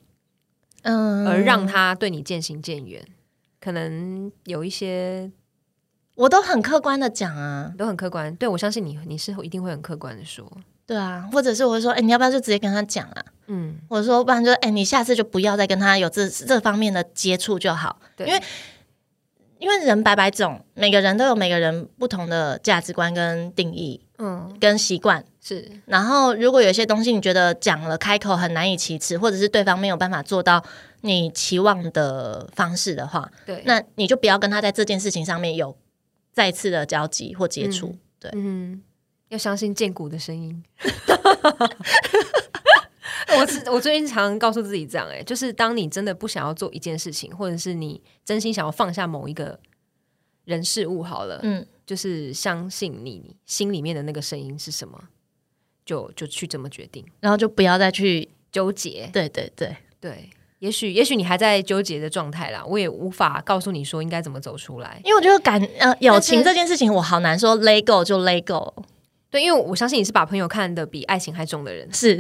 B: 嗯，
A: 而让他对你渐行渐远？可能有一些
B: 我都很客观的讲啊，
A: 都很客观，对我相信你，你是一定会很客观的说，
B: 对啊，或者是我会说，哎、你要不要就直接跟他讲啊？
A: 嗯，
B: 我说，不然就，哎、你下次就不要再跟他有这这方面的接触就好，
A: 对，
B: 因为因为人百百种，每个人都有每个人不同的价值观跟定义
A: 嗯
B: 跟习惯。
A: 是
B: 然后，如果有一些东西你觉得讲了开口很难以启齿，或者是对方没有办法做到你期望的方式的话，
A: 对，
B: 那你就不要跟他在这件事情上面有再次的交集或接触。
A: 嗯
B: 对，
A: 嗯，要相信剑骨的声音。 <laughs> 我自我最近常告诉自己这样、欸，就是当你真的不想要做一件事情，或者是你真心想要放下某一个人事物，好了，
B: 嗯，
A: 就是相信你心里面的那个声音是什么，就就去这么决定，
B: 然后就不要再去，
A: 纠结。
B: 对对对。
A: 对，也许也许你还在纠结的状态啦，我也无法告诉你说应该怎么走出来。
B: 因为我觉得感呃友情
A: 但是
B: 这件事情，我好难说 let go 就 let go，，
A: 对，因为我相信你是把朋友看得比爱情还重的人 <laughs>
B: 是。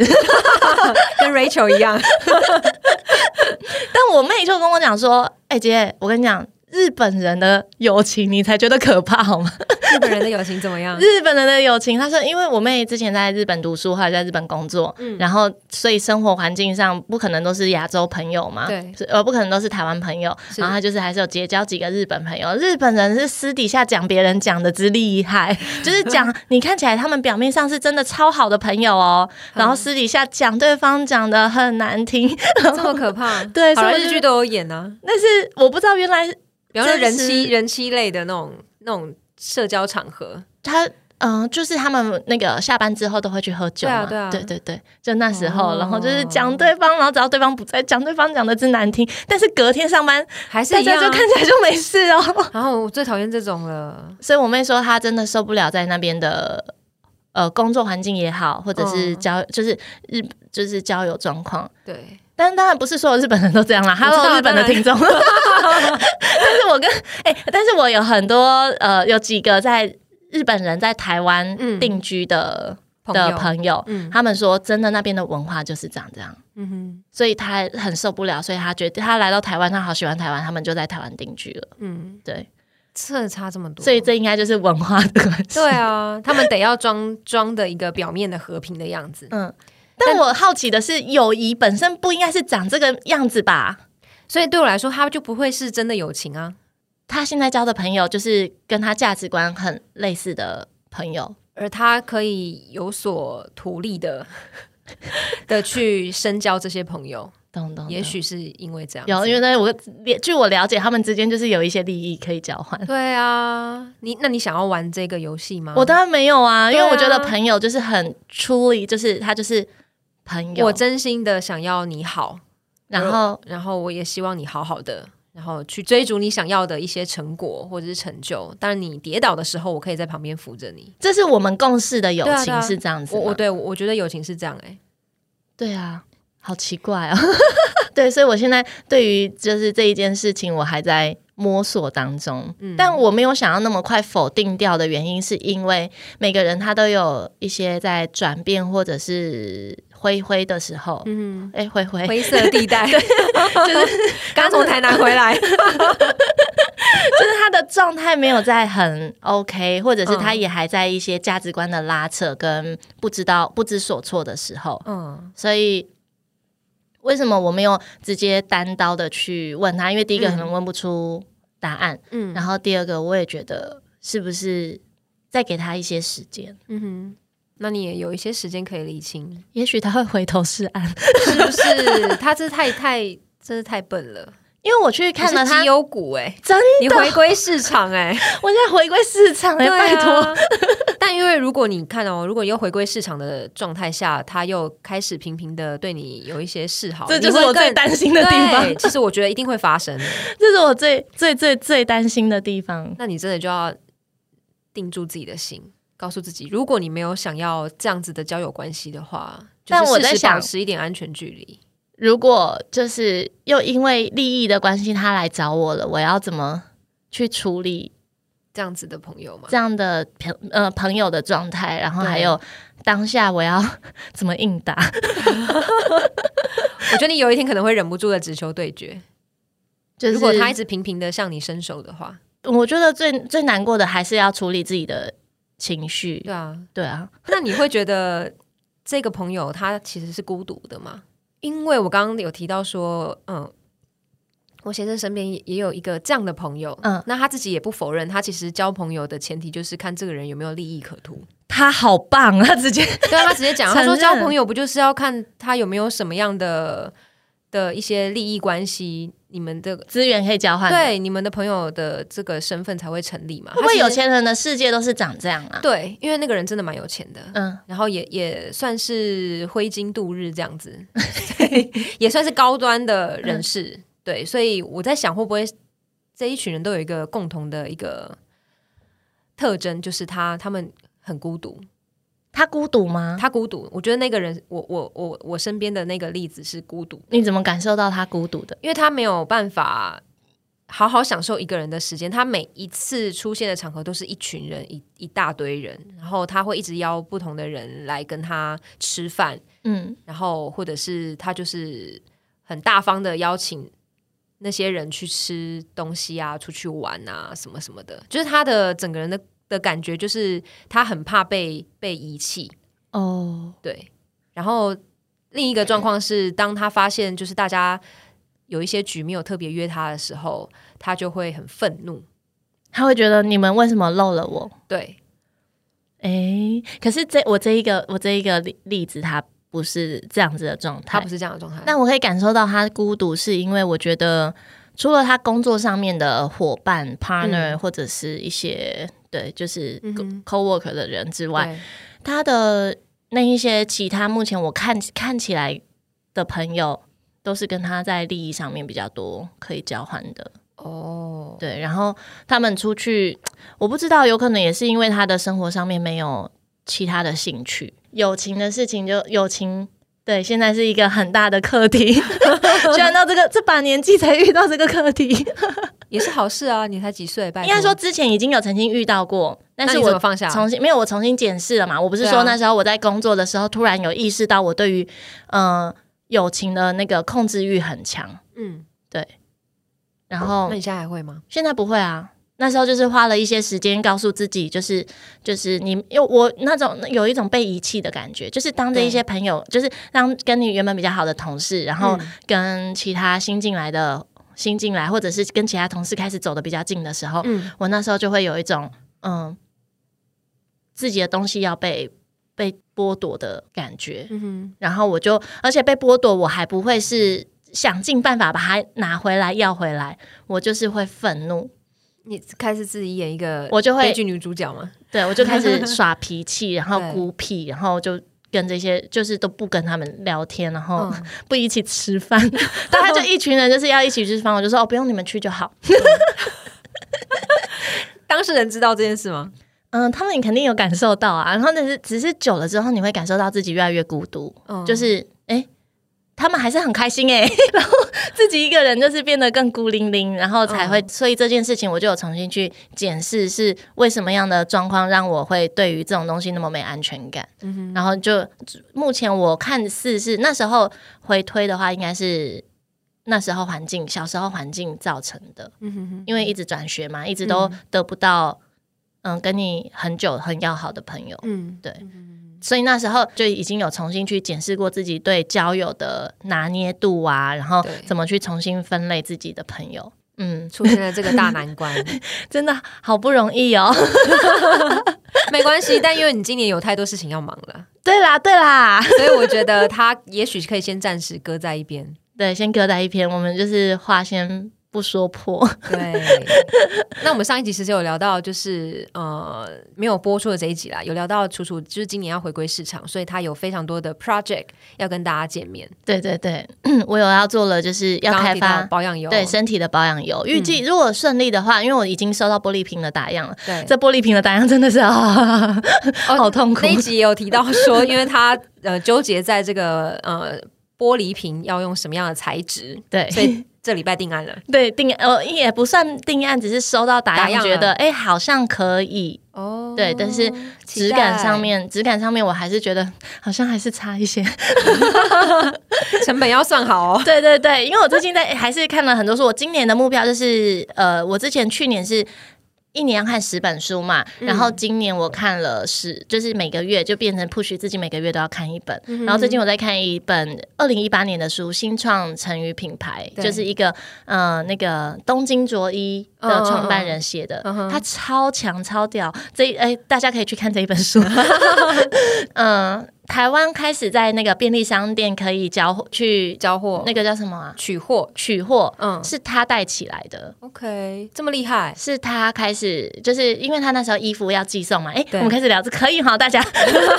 A: 跟 Rachel 一样。
B: 但我妹就跟我讲说：“哎、姐，我跟你讲，日本人的友情你才觉得可怕好吗？
A: 日本人的友情怎么样？
B: 日本人的友情，她说，因为我妹之前在日本读书，还有在日本工作，
A: 嗯
B: 然后所以生活环境上不可能都是亚洲朋友嘛，
A: 对
B: 是，呃，不可能都是台湾朋友，
A: 是
B: 然后她就是还是有结交几个日本朋友。日本人是私底下讲别人讲的之
A: <laughs>
B: 厉害，就是讲你看起来他们表面上是真的超好的朋友哦，然
A: 嗯
B: 后私底下讲对方讲的很难听。
A: 这么可怕？
B: 对
A: 好
B: 所以
A: 了，
B: 我就
A: 日剧都有演啊，
B: 但是我不知道原来
A: 比方说人
B: 真实
A: 妻人妻类的那种那种社交场合，
B: 他。嗯，就是他们那个下班之后都会去喝酒
A: 对啊
B: 嘛，
A: 对啊
B: 对对对就那时候，
A: 哦
B: 然后就是讲对方，然后只要对方不在，讲对方讲的之难听，但是隔天上班，
A: 还是
B: 大
A: 一
B: 家
A: 样
B: 就
A: 啊。
B: 看起来就没事
A: <laughs>
B: 哦。
A: 然后我最讨厌这种了，
B: 所以我妹说她真的受不了在那边的呃工作环境也好，或者是
A: 嗯
B: 交、就是日就是交友状况，
A: 对，
B: 但当然不是所有日本人都
A: <laughs>
B: 这样啦
A: 道
B: ，Hello 日本的
A: <laughs>
B: 听众。但是我跟哎、但是我有很多呃，有几个在日本人在台湾
A: 嗯
B: 定居的、
A: 朋
B: 的
A: 友，
B: 朋友，
A: 嗯
B: 他们说真的那边的文化就是长这样，
A: 嗯哼，
B: 所以他很受不了，所以他决定他来到台湾，他好喜欢台湾，他们就在台湾定居了。
A: 嗯，
B: 对，
A: 这差这么多，
B: 所以这应该就是文化的关系。
A: 对啊，他们得要装装的一个表面的和平的样子，
B: 嗯。但我好奇的是，友谊本身不应该是长这个样子吧？
A: 所以对我来说，他就不会是真的友情啊。
B: 他现在交的朋友就是跟他价值观很类似的朋友，
A: 而他可以有所图利的的去深交这些朋友，
B: 懂懂。懂
A: 也许是因为这样子，
B: 有，因为呢，我据我了解，他们之间就是有一些利益可以交
A: <laughs>
B: 换。
A: 对啊，你那你想要玩这个游戏吗？
B: 我当然没有啊，因为
A: 对啊
B: 我觉得朋友就是很 truly，就是他就是朋友
A: 我，真心的想要你好，
B: 然后
A: 然后我也希望你好好的，然后去追逐你想要的一些成果或者是成就。当然，你跌倒的时候，我可以在旁边扶着 <laughs> 你。
B: 这是我们共识的友
A: 对啊对
B: 情
A: 啊
B: 是这样子
A: 我我
B: 吗。
A: 对我我觉得友情是这样哎、
B: 对啊， <laughs> 好奇怪哦。对，所以我现在对于就是这一件事情，我还在摸索当中。
A: 嗯
B: 但我没有想要那么快否定掉的原因，是因为每个人他都有一些在转变或者是灰灰的时候，嗯，哎、灰灰
A: 灰色地 <laughs> 带，就是刚从台南回来，
B: 就是他的状态没有在很 OK，或者是他
A: 嗯
B: 也还在一些价值观的拉扯跟不知道不知所措的时候，
A: <laughs> 嗯，
B: 所以为什么我没有直接单刀的去问他？因为第一个可能问不出答案，
A: 嗯
B: 嗯，然后第二个我也觉得是不是再给他一些时间，
A: 嗯哼，那你也有一些时间可以理清，
B: 也许他会回头是岸。
A: 是不是？他这太太，真是太笨了，
B: 因为我去看了
A: 你是
B: 他
A: 绩，优股哎、
B: 真
A: 你回归市场哎、
B: 我现在回归市场
A: <laughs>
B: 哎、
A: 对
B: 拜托，
A: 啊。 <laughs> 但因为如果你看哦，如果又回归市场的状态下，他又开始频频的对你有一些示好，
B: 这就
A: 你
B: 是
A: 会
B: 我最
A: 更
B: 担心的地方
A: 对，其 <laughs> 实我觉得一定会发生的。
B: <laughs> 这是我最最最最担心的地方。
A: 那你真的就要定住自己的心，告诉自己，如果你没有想要这样子的交友关系的话，就是
B: 但我
A: 适
B: 在
A: 时
B: 想
A: 保持一点安全距离。
B: 如果就是又因为利益的关系，他来找我了，我要怎么去处理
A: 这样子的朋友嘛，
B: 这样的朋呃朋友的状态，然后还有当下我要 <laughs> 怎么应答？
A: 我觉得你有一天可能会忍不住的直球对决。
B: 就是
A: 如果他一直频频的向你伸手的话，
B: 我觉得最最难过的还是要处理自己的情绪
A: 对。啊，
B: 对啊，
A: <laughs> 那你会觉得这个朋友他其实是孤独的吗？因为我刚刚有提到说，嗯，我先生身边也也有一个这样的朋友，嗯
B: 嗯，
A: 那他自己也不否认，他其实交朋友的前提就是看这个人有没有利益可
B: <laughs>
A: 图。
B: 他好棒，他 <laughs> 直接
A: 对啊，他直接讲，他说
B: 承认
A: 交朋友不就是要看他有没有什么样的的一些利益关系，你们的
B: 资源可以交换。，
A: 对你们的朋友的这个身份才会成立嘛？
B: 会不会
A: 他
B: 有
A: 其实？
B: 钱人的世界都是长这样啊？
A: 对，因为那个人真的蛮有钱的，
B: 嗯，
A: 然后也也算是挥金度日这样子， <laughs> 对也算是高端的人士。对，所以我在想，会不会这一群人都有一个共同的一个特征，就是他他们很孤独，
B: 他孤独吗？
A: 他孤独。我觉得那个人，我我我我身边的那个例子是孤独，
B: 你怎么感受到他孤独的？
A: 因为他没有办法好好享受一个人的时间。他每一次出现的场合都是一群人，一一大堆人，然后他会一直邀不同的人来跟他吃饭，
B: 嗯，
A: 然后或者是他就是很大方的邀请那些人去吃东西啊，出去玩啊，什么什么的。就是他的整个人的的感觉，就是他很怕被被遗弃。
B: 哦，
A: 对，然后另一个状况是，当他发现就是大家有一些局没有特别约他的时候，他就会很愤怒。
B: 他会觉得你们为什么漏了我？
A: 对，
B: 诶，可是这我这一个我这一个例例子，他不是这样子的状态
A: 他不。是这样的状态。
B: 但我可以感受到他孤独，是因为我觉得除了他工作上面的伙伴、partner、或者是一些对，就是
A: 嗯哼
B: co work 的人之外，
A: 对
B: 他的那一些其他目前我看看起来的朋友，都是跟他在利益上面比较多可以交换的。
A: 哦，
B: 对，然后他们出去，我不知道，有可能也是因为他的生活上面没有其他的兴趣，友情的事情就友情。对，现在是一个很大的课题， <laughs> 居然到这个这把年纪才遇到这个课题。应
A: 也是好事啊！你才几岁，拜托
B: 该说，之前已经有曾经遇到过，但
A: 那
B: 是
A: 你怎
B: 我
A: 么放下？
B: 重新没有我重新检视了嘛。我不是
A: 对啊
B: 说那时候我在工作的时候，突然有意识到我对于嗯、呃友情的那个控制欲很强，
A: 嗯，
B: 然后
A: 那你现在还会吗？
B: 现在不会啊，那时候就是花了一些时间告诉自己，就是就是你，因为我那种有一种被遗弃的感觉，就是当这一些朋友，就是当跟你原本比较好的同事，然后
A: 嗯
B: 跟其他新进来的新进来，或者是跟其他同事开始走的比较近的时候，
A: 嗯
B: 我那时候就会有一种嗯，自己的东西要被被剥夺的感觉，
A: 嗯哼，
B: 然后我就，而且被剥夺，我还不会是想尽办法把它拿回来、要回来，我就是会愤怒，
A: 你开始自己演一个
B: 我就
A: 悲
B: 会
A: 剧女主角吗？
B: 对我就
A: <laughs>
B: 开始耍脾气，然后
A: 对
B: 孤僻，然后就跟这些就是都不跟他们聊天，然后
A: 嗯
B: <laughs> 不一起
A: <laughs>
B: 吃饭，大家就一群人就是要一起吃饭，我就说哦，不用你们去就好。
A: 当事人知道这件事吗？
B: 嗯，他们肯定有感受到啊，然后但是只是久了之后，你会感受到自己越来越孤独，
A: 嗯
B: 就是哎、诶他们还是很开心哎、 <laughs> 然后自己一个人就是变得更孤零零，然后才会，
A: 嗯
B: 所以这件事情我就有重新去检视，是为什么样的状况让我会对于这种东西那么没安全感。
A: 嗯
B: 然后就目前我看似是那时候回推的话，应该是那时候环境，小时候环境造成的，
A: 嗯哼哼，
B: 因为一直转学嘛，一直都得不到嗯跟你很久很要好的朋友，
A: 嗯，
B: 对，所以那时候就已经有重新去检视过自己对交友的拿捏度啊，然后
A: 对
B: 怎么去重新分类自己的朋友。嗯，
A: 出现了这个大难 <laughs> 关，
B: 真的好不容易哦。
A: 没关系，但因为你今年有太多事情要忙了，
B: <laughs> 对啦，对啦，
A: 所以我觉得他也许可以先暂时搁在一边。
B: 对，先搁在一边，我们就是话先不说破。 <laughs>
A: <laughs> 对，那我们上一集其实有聊到，就是呃没有播出的这一集啦，有聊到楚楚就是今年要回归市场，所以他有非常多的 project 要跟大家见面，
B: 对对对， <clears throat> 我有要做了，就是
A: 刚
B: 要
A: 刚
B: 开
A: 提
B: 发
A: 到保养嗯油，
B: 对身体的保养油。预计如果顺利的话，因为我已经收到玻璃瓶的打样了，
A: 对，哦
B: 这玻璃瓶的打样真的是 <laughs> 啊，好痛苦
A: <laughs> 那。一集也有提到说，因为他呃纠结在这个呃玻璃瓶要用什么样的材质，
B: 对，
A: 所以这礼拜定案了。
B: 对定呃也不算定案，只是收到答
A: 打样
B: 案
A: 了
B: 觉得哎、诶好像可以，
A: <laughs> 哦
B: 对但是质感上面质感上面我还是觉得好像还是差一些。
A: 成本要算好哦。
B: 对对对，因为我最近在 <laughs> 还是看了很多书，我今年的目标就是呃我之前去年是。一年要看十本书嘛，然
A: 嗯
B: 后今年我看了十，就是每个月就变成 push 自己每个月都要看一本。
A: 嗯
B: 然后最近我在看一本二零一八年的书《新创成语品牌》，
A: 对
B: 就是一个呃那个东京卓一的创办人写的，
A: 嗯嗯嗯嗯
B: 他超强超屌。这一哎、大家可以去看这一
A: <laughs>
B: 本书。嗯、台湾开始在那个便利商店可以交去
A: 交货、
B: 那个叫什么啊？
A: 取货，
B: 取货，
A: 哦嗯
B: 是他带起来的。
A: ，OK，这么厉害，
B: 是他开始，就是因为他那时候衣服要寄送嘛，哎、
A: 对
B: 我们开始聊这可以哈，大家，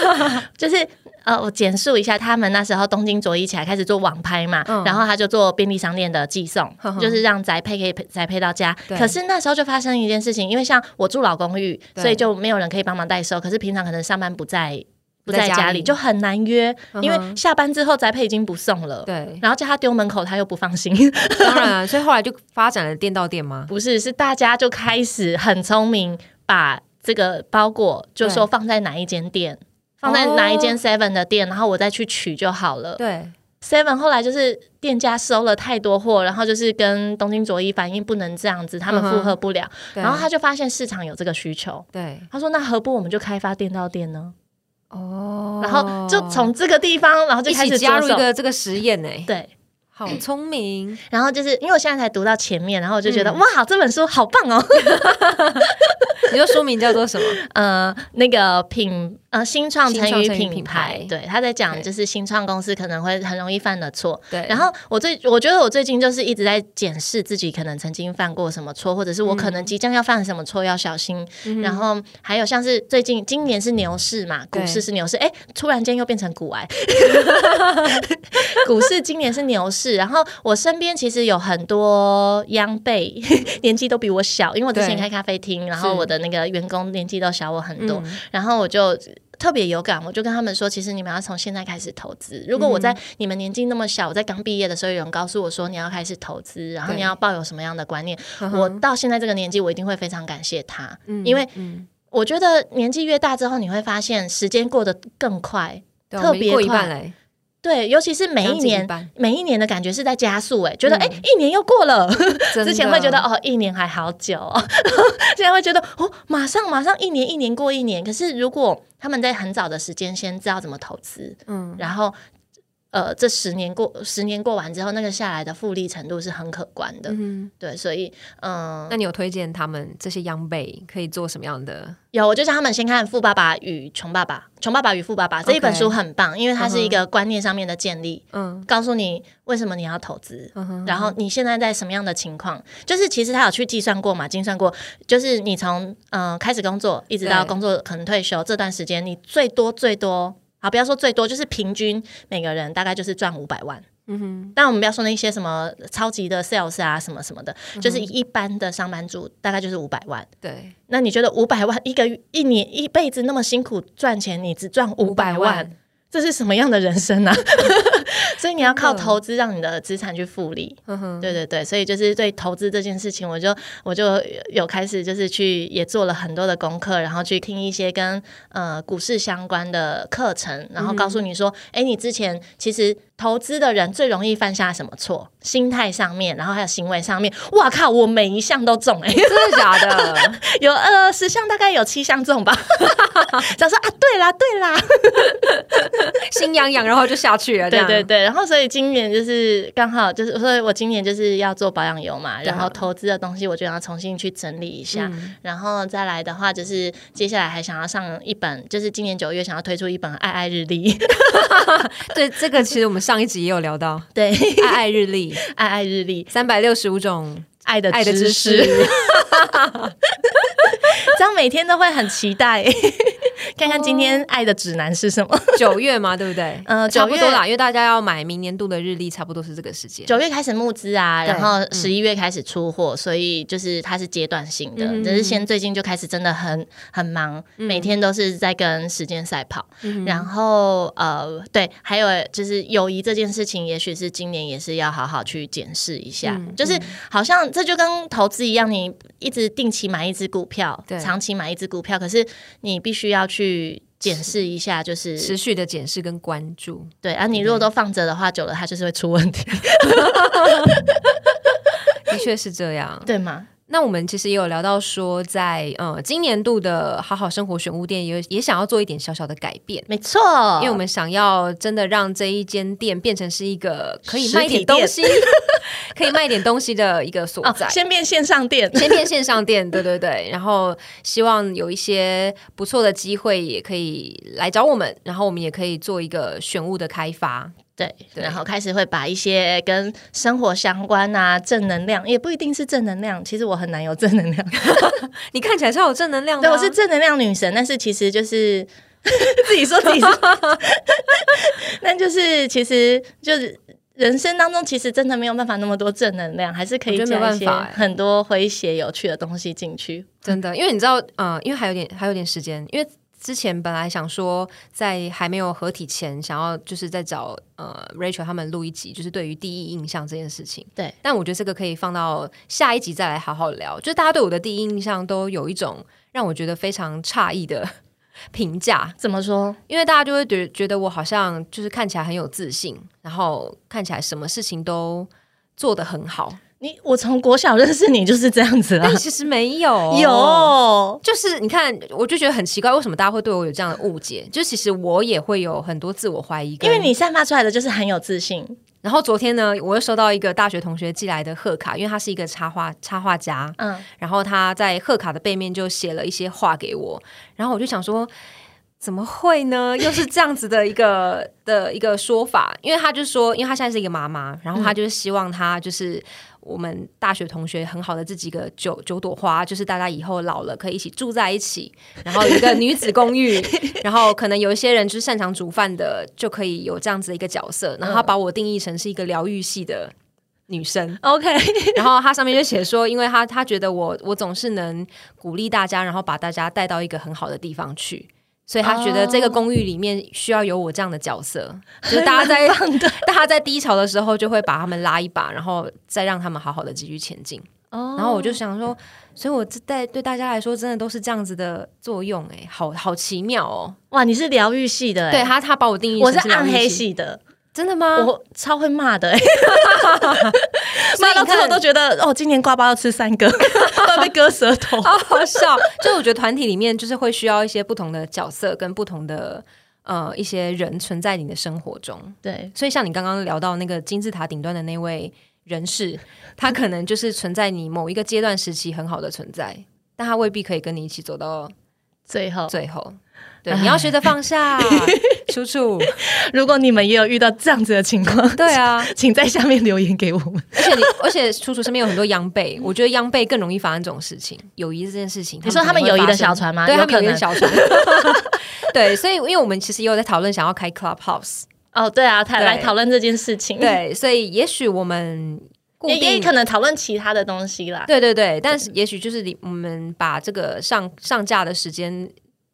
B: <laughs> 就是呃，我简述一下，他们那时候东京卓一起来开始做网拍嘛，
A: 嗯
B: 然后他就做便利商店的寄送，
A: 呵呵
B: 就是让宅配可以宅配到家。
A: 对
B: 可是那时候就发生一件事情，因为像我住老公寓，
A: 对
B: 所以就没有人可以帮忙代收，可是平常可能上班不在。不在
A: 不在家
B: 家里
A: 里
B: 就很难约，
A: 嗯哼
B: 因为下班之后宅配已经不送了，
A: 对，
B: 然后叫他丢门口，他又不放心。
A: 当然啊，所以后来就发展了店到店
B: <laughs>
A: 吗？
B: 不是，是大家就开始很聪明，把这个包裹就说
A: 对
B: 放在哪一间店，放在哪一
A: 哦
B: 间 Seven 的店，然后我再去取就好了。
A: 对，
B: Seven 后来就是店家收了太多货，然后就是跟东京卓一反映不能这样子，他
A: 嗯
B: 们
A: 哼
B: 负荷不了，
A: 对
B: 然后他就发现市场有这个需求。
A: 对，
B: 他说：“那何不我们就开发店到店呢？”
A: 哦
B: 然后就从这个地方，然后就
A: 一
B: 开
A: 起
B: 始
A: 加入
B: 着
A: 一
B: 手
A: 个这个实验呢，
B: 对，
A: 好聪明，
B: 然后就是因为我现在才读到前面，然后我就觉得、
A: 嗯
B: 哇，这本书好棒哦！
A: 你说书名叫做什么？ <laughs>
B: 呃，那个品呃新创
A: 新
B: 成
A: 创
B: 语
A: 成语
B: 品牌，
A: 品牌
B: 对，他在讲
A: 对
B: 就是新创公司可能会很容易犯的错。
A: 对，
B: 然后我最我觉得我最近就是一直在检视自己可能曾经犯过什么错，或者是我可能
A: 嗯
B: 即将要犯什么错要小心。然后还有像是最近今年是牛市嘛，股
A: 对
B: 市是牛市，哎，突然间又变成
A: <laughs>
B: 股癌。股市今年是牛市，然后我身边其实有很多央辈 <laughs> 年纪都比我小，因为我之前
A: 对
B: 开咖啡厅，然后
A: 是
B: 我的那个员工年纪都小我很多，
A: 嗯
B: 然后我就。特别有感，我就跟他们说，其实你们要从现在开始投资。如果我
A: 嗯
B: 在你们年纪那么小，我在刚毕业的时候，有人告诉我说你要开始投资，然后
A: 对
B: 你要抱有什么样的观念，
A: 嗯哼
B: 我到现在这个年纪，我一定会非常感谢他，
A: 嗯
B: 因为
A: 嗯
B: 我觉得年纪越大之后，你会发现时间过得更快。
A: 对啊
B: 特
A: 我们
B: 别
A: 过一
B: 快
A: 半嘞，
B: 对，尤其是每
A: 将
B: 一
A: 近
B: 年
A: <laughs> 半
B: 每一年的感觉是在加速、欸，哎，觉得
A: 嗯
B: 哎、一年又过了，之前会觉得
A: 哦，
B: 哦，一年还好久、哦， <laughs> 现在会觉得哦，马上马上一年一年过一年。可是如果他们在很早的时间先知道怎么投资，
A: 嗯，
B: 然后呃，这十年过十年过完之后，那个下来的复利程度是很可观的。
A: 嗯
B: 对，所以嗯、
A: 那你有推荐他们这些央辈可以做什么样的？
B: 有我就叫他们先看《富爸爸与穷爸爸》《穷爸爸与富爸爸》这一本
A: OK
B: 书很棒，因为它是
A: 嗯
B: 一
A: 哼
B: 个观念上面的建立，
A: 嗯
B: 告诉你为什么你要投资。
A: 嗯哼，
B: 然后你现在在什么样的情况？就是其实他有去计算过嘛，精算过，就是你从呃开始工作一直到
A: 对
B: 工作可能退休这段时间，你最多最多。好，不要说最多，就是平均每个人大概就是赚五百万。
A: 嗯哼，
B: 但我们不要说那些什么超级的 sales 啊，什么什么
A: 嗯
B: 的，就是一般的上班族大概就是五百万。
A: 对，
B: 那你觉得五百万一个一年一辈子那么辛苦赚钱，你只赚五百万，，这是什么样的人生啊？ <laughs> 所以你要靠投资让你的资产去复利。
A: 嗯哼，
B: 对对对，所以就是对投资这件事情，我就我就有开始就是去也做了很多的功课，然后去听一些跟呃股市相关的课程，然后告诉你说，哎、你之前其实投资的人最容易犯下什么错？心态上面，然后还有行为上面。哇靠，我每一项都中哎、诶
A: 真的假 <laughs> 的？
B: 有呃十项大概有七项中吧。 <laughs> 想说啊，对啦对啦，
A: 心痒痒，然后就下去了。这
B: 对
A: 样
B: 对，对，然后所以今年就是刚好就是，所以我今年就是要做保养油嘛，
A: 啊
B: 然后投资的东西我就要重新去整理一下，
A: 嗯
B: 然后再来的话就是接下来还想要上一本，就是今年九月想要推出一本《爱爱日历》，
A: <laughs> 对这个其实我们上一集也有聊 <laughs> 到
B: 对，《
A: 爱爱日历，
B: 爱爱日历》
A: 三百六十五种
B: 爱的
A: 爱的知识，
B: 识，这样每天都会很期待， <laughs> 看看今
A: 哦
B: 天爱的指南是什么。
A: 九月嘛，对不对？
B: 嗯
A: 差不
B: 九
A: 多
B: 月
A: 啦，因为大家要买明年度的日历，差不多是这个时间。
B: 九月开始募资啊，
A: 对嗯
B: 然后十一月开始出货，所以就是它是阶段性的，
A: 嗯
B: 只是先最近就开始真的很很忙，每天都是在跟时间赛跑。
A: 嗯
B: 然后呃，对，还有就是友谊这件事情，也许是今年也是要好好去检视一下，
A: 嗯
B: 就是好像这就跟投资一样，你一直定期买一只股票
A: 对，
B: 长期买一只股票，可是你必须要去。检视一下，就是
A: 持续的检视跟关注，
B: 对啊，你如果都放着的话，久了它就是会出问题， <laughs>
A: 的确是这样。
B: 对吗？
A: 那我们其实也有聊到说在，呃今年度的好好生活选物店也有也想要做一点小小的改变。
B: 没错，
A: 因为我们想要真的让这一间店变成是一个可以
B: 实体
A: 卖一点东
B: <laughs>
A: 西，可以卖一点东西的一个所在。
B: 哦、先变线上店。
A: 先变线上店，对对对，然后希望有一些不错的机会也可以来找我们，然后我们也可以做一个选物的开发，
B: <laughs> 对，
A: 对
B: 然后开始会把一些跟生活相关啊、正能量，也不一定是正能量。其实我很难有正能 <laughs> 量，
A: 你看起来超有正能量的
B: 对
A: 啊、
B: 我是正能量女神，但是其实就是 <laughs> 自己说自己是， <laughs> 但就是其实就是人生当中其实真的没有办法那么多正能量，还是可以
A: 我觉得没
B: 加一些
A: 办法欸
B: 很多诙谐有趣的东西进去。
A: 真的，因为你知道，呃，因为还有点还有点时间，因为之前本来想说，在还没有合体前，想要就是在找呃 Rachel 他们录一集，就是对于第一印象这件事情。
B: 对，
A: 但我觉得这个可以放到下一集再来好好聊。就是大家对我的第一印象都有一种让我觉得非常诧异的 <laughs> 评价，
B: 怎么说？
A: 因为大家就会觉觉得我好像就是看起来很有自信，然后看起来什么事情都做得很好，
B: 你我从国小认识你就是这样子啦。
A: <laughs> 但，其实没有
B: <laughs>
A: 哦
B: 哦有
A: 就是你看，我就觉得很奇怪，为什么大家会对我有这样的误解？就其实我也会有很多自我怀疑跟，
B: 因为你散发出来的就是很有自信。
A: 然后昨天呢，我又收到一个大学同学寄来的贺卡，因为他是一个插画插画家，
B: 嗯，
A: 然后他在贺卡的背面就写了一些话给我，然后我就想说。怎么会呢？又是这样子的一个的一个说法，因为他就说，因为他现在是一个妈妈，然后他就是希望他就是我们大学同学很好的这几个九九朵花，就是大家以后老了可以一起住在一起，然后有一个女子公寓，然后可能有一些人就是擅长煮饭的，就可以有这样子的一个角色，然后他把我定义成是一个疗愈系的女生，
B: OK，
A: <laughs> 然后他上面就写说，因为他他觉得我我总是能鼓励大家，然后把大家带到一个很好的地方去，所以他觉得这个公寓里面需要有我这样的角
B: <laughs>
A: 色，就是大家在
B: 棒的
A: <laughs> 大家在低潮的时候就会把他们拉一把，然后再让他们好好的继续前进。
B: 哦
A: 然后我就想说，所以我这在对大家来说真的都是这样子的作用、欸，哎，好好奇妙哦。
B: 哇，你是疗愈系的、欸，
A: 对，他他把我定义
B: 我
A: 成
B: 是暗
A: 疗愈
B: 黑，系嗯的，
A: 真的吗？
B: 我超会骂 <laughs> 的、欸，
A: 所以
B: 骂
A: 你
B: 到最后
A: 看
B: 都觉得哦，今年瓜包要吃三个， <laughs> 要被割舌头。
A: 好好笑。 <laughs> 就我觉得团体里面就是会需要一些不同的角色跟不同的呃一些人存在你的生活中。
B: <laughs> 对，
A: 所以像你刚刚聊到那个金字塔顶端的那位人士，他可能就是存在你某一个阶段时期很好的存在，但他未必可以跟你一起走到
B: 最后，
A: 最后。对，你要学着放下，楚楚。
B: 如果你们也有遇到这样子的情况，
A: 对啊，
B: <laughs> 请在下面留言给我们。
A: 而且你， <laughs> 而且楚楚身边有很多央辈，我觉得央辈更容易发生这种事情。友谊这件事情，
B: 你说他们
A: 可能
B: 友
A: 会
B: 谊的
A: 发生
B: 小船吗？
A: 对，
B: 有
A: 他们
B: 可
A: 有点
B: 能。
A: 小船。 <laughs> 对，所以因为我们其实也有在讨论想要开 clubhouse，
B: 哦，对啊，他
A: 对
B: 来讨论这件事情，，
A: 对，所以也许我们固
B: 嗯也也
A: 定
B: 可。能讨论其他的东西啦。
A: 对对对，但是也许就是你我们把这个上上架的时间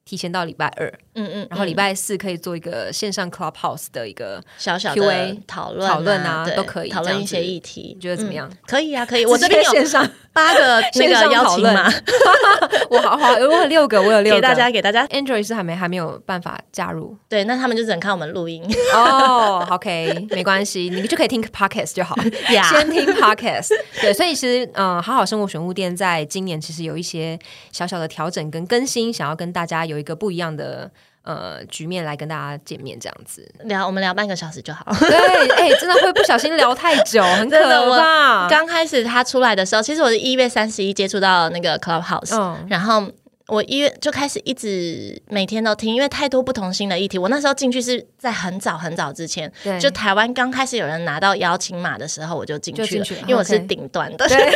A: 提前到礼拜二，
B: 嗯嗯，
A: 然后礼
B: 嗯
A: 拜四可以做一个线上 Clubhouse 的一个。
B: 小小
A: Q&A
B: 的讨论
A: 讨论啊
B: 对
A: 都可以
B: 讨
A: 这
B: 论
A: 样
B: 一
A: 子
B: 些议题，
A: 你觉得怎么样
B: 嗯可以啊，可以，我这边
A: 直接线
B: 有
A: 上
B: 八个 <laughs> 那
A: 线上
B: 个邀
A: 讨
B: 请
A: 论
B: 码
A: <laughs> 我好好，我有六个，我有六个。
B: <laughs> 给大家，给大家。
A: Android 是还没还没有办法加入
B: 对，那他们就只能看我们录音
A: <laughs> 哦。OK，没关系，你就可以听 Podcast 就好。
B: 呀。
A: 先听 podcast，对，所以其实呃，好好生活选物店在今年其实有一些小小的调整跟更新，想要跟大家有一个不一样的呃局面来跟大家见面，这样 <laughs> 子。
B: 聊，我们聊半个小时就好。
A: 对，哎、真的会不小心聊太久，很
B: 真的
A: 可怕。
B: <laughs> 刚开始他出来的时候，其实我是一月三十一接触到那个 Clubhouse，、
A: 嗯，
B: 然后我一月就开始一直每天都听，因为太多不同新的议题。我那时候进去是在很早很早之前，
A: 对，
B: 就台湾刚开始有人拿到邀请码的时候，我就进
A: 就
B: 去
A: 进
B: 了，
A: 去了
B: 因为我是
A: OK
B: 顶端的。
A: 对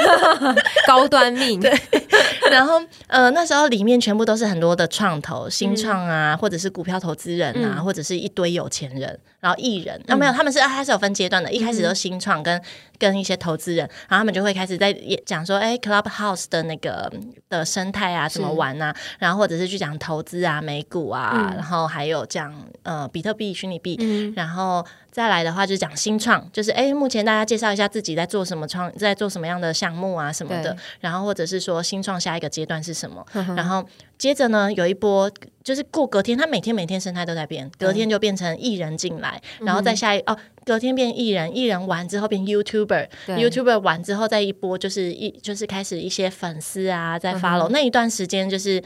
A: 高端命，
B: <laughs> 然后呃，那时候里面全部都是很多的创投、新创啊，或者是股票投资人啊，
A: 嗯
B: 或者是一堆有钱人，然后艺人。那、没有，他们是啊他是有分阶段的，一开始都新创跟跟一些投资人，然后他们就会开始在也讲说，哎，Clubhouse 的那个的生态啊，怎么玩啊，然后或者是去讲投资啊、美股啊，然后还有讲呃比特币、虚拟币，
A: 嗯
B: 然后再来的话就是讲新创，就是哎，目前大家介绍一下自己在做什么创，在做什么样的项目啊什么的
A: 对，
B: 然后或者是说新创下一个阶段是什么，然后接着呢有一波就是过隔天，他每天每天生态都在变，隔天就变成艺人进来，然后再下一哦。隔天变艺人，艺人完之后变 YouTuber，YouTuber 完之后再一波就是一就是开始一些粉丝啊在 follow、那一段时间就是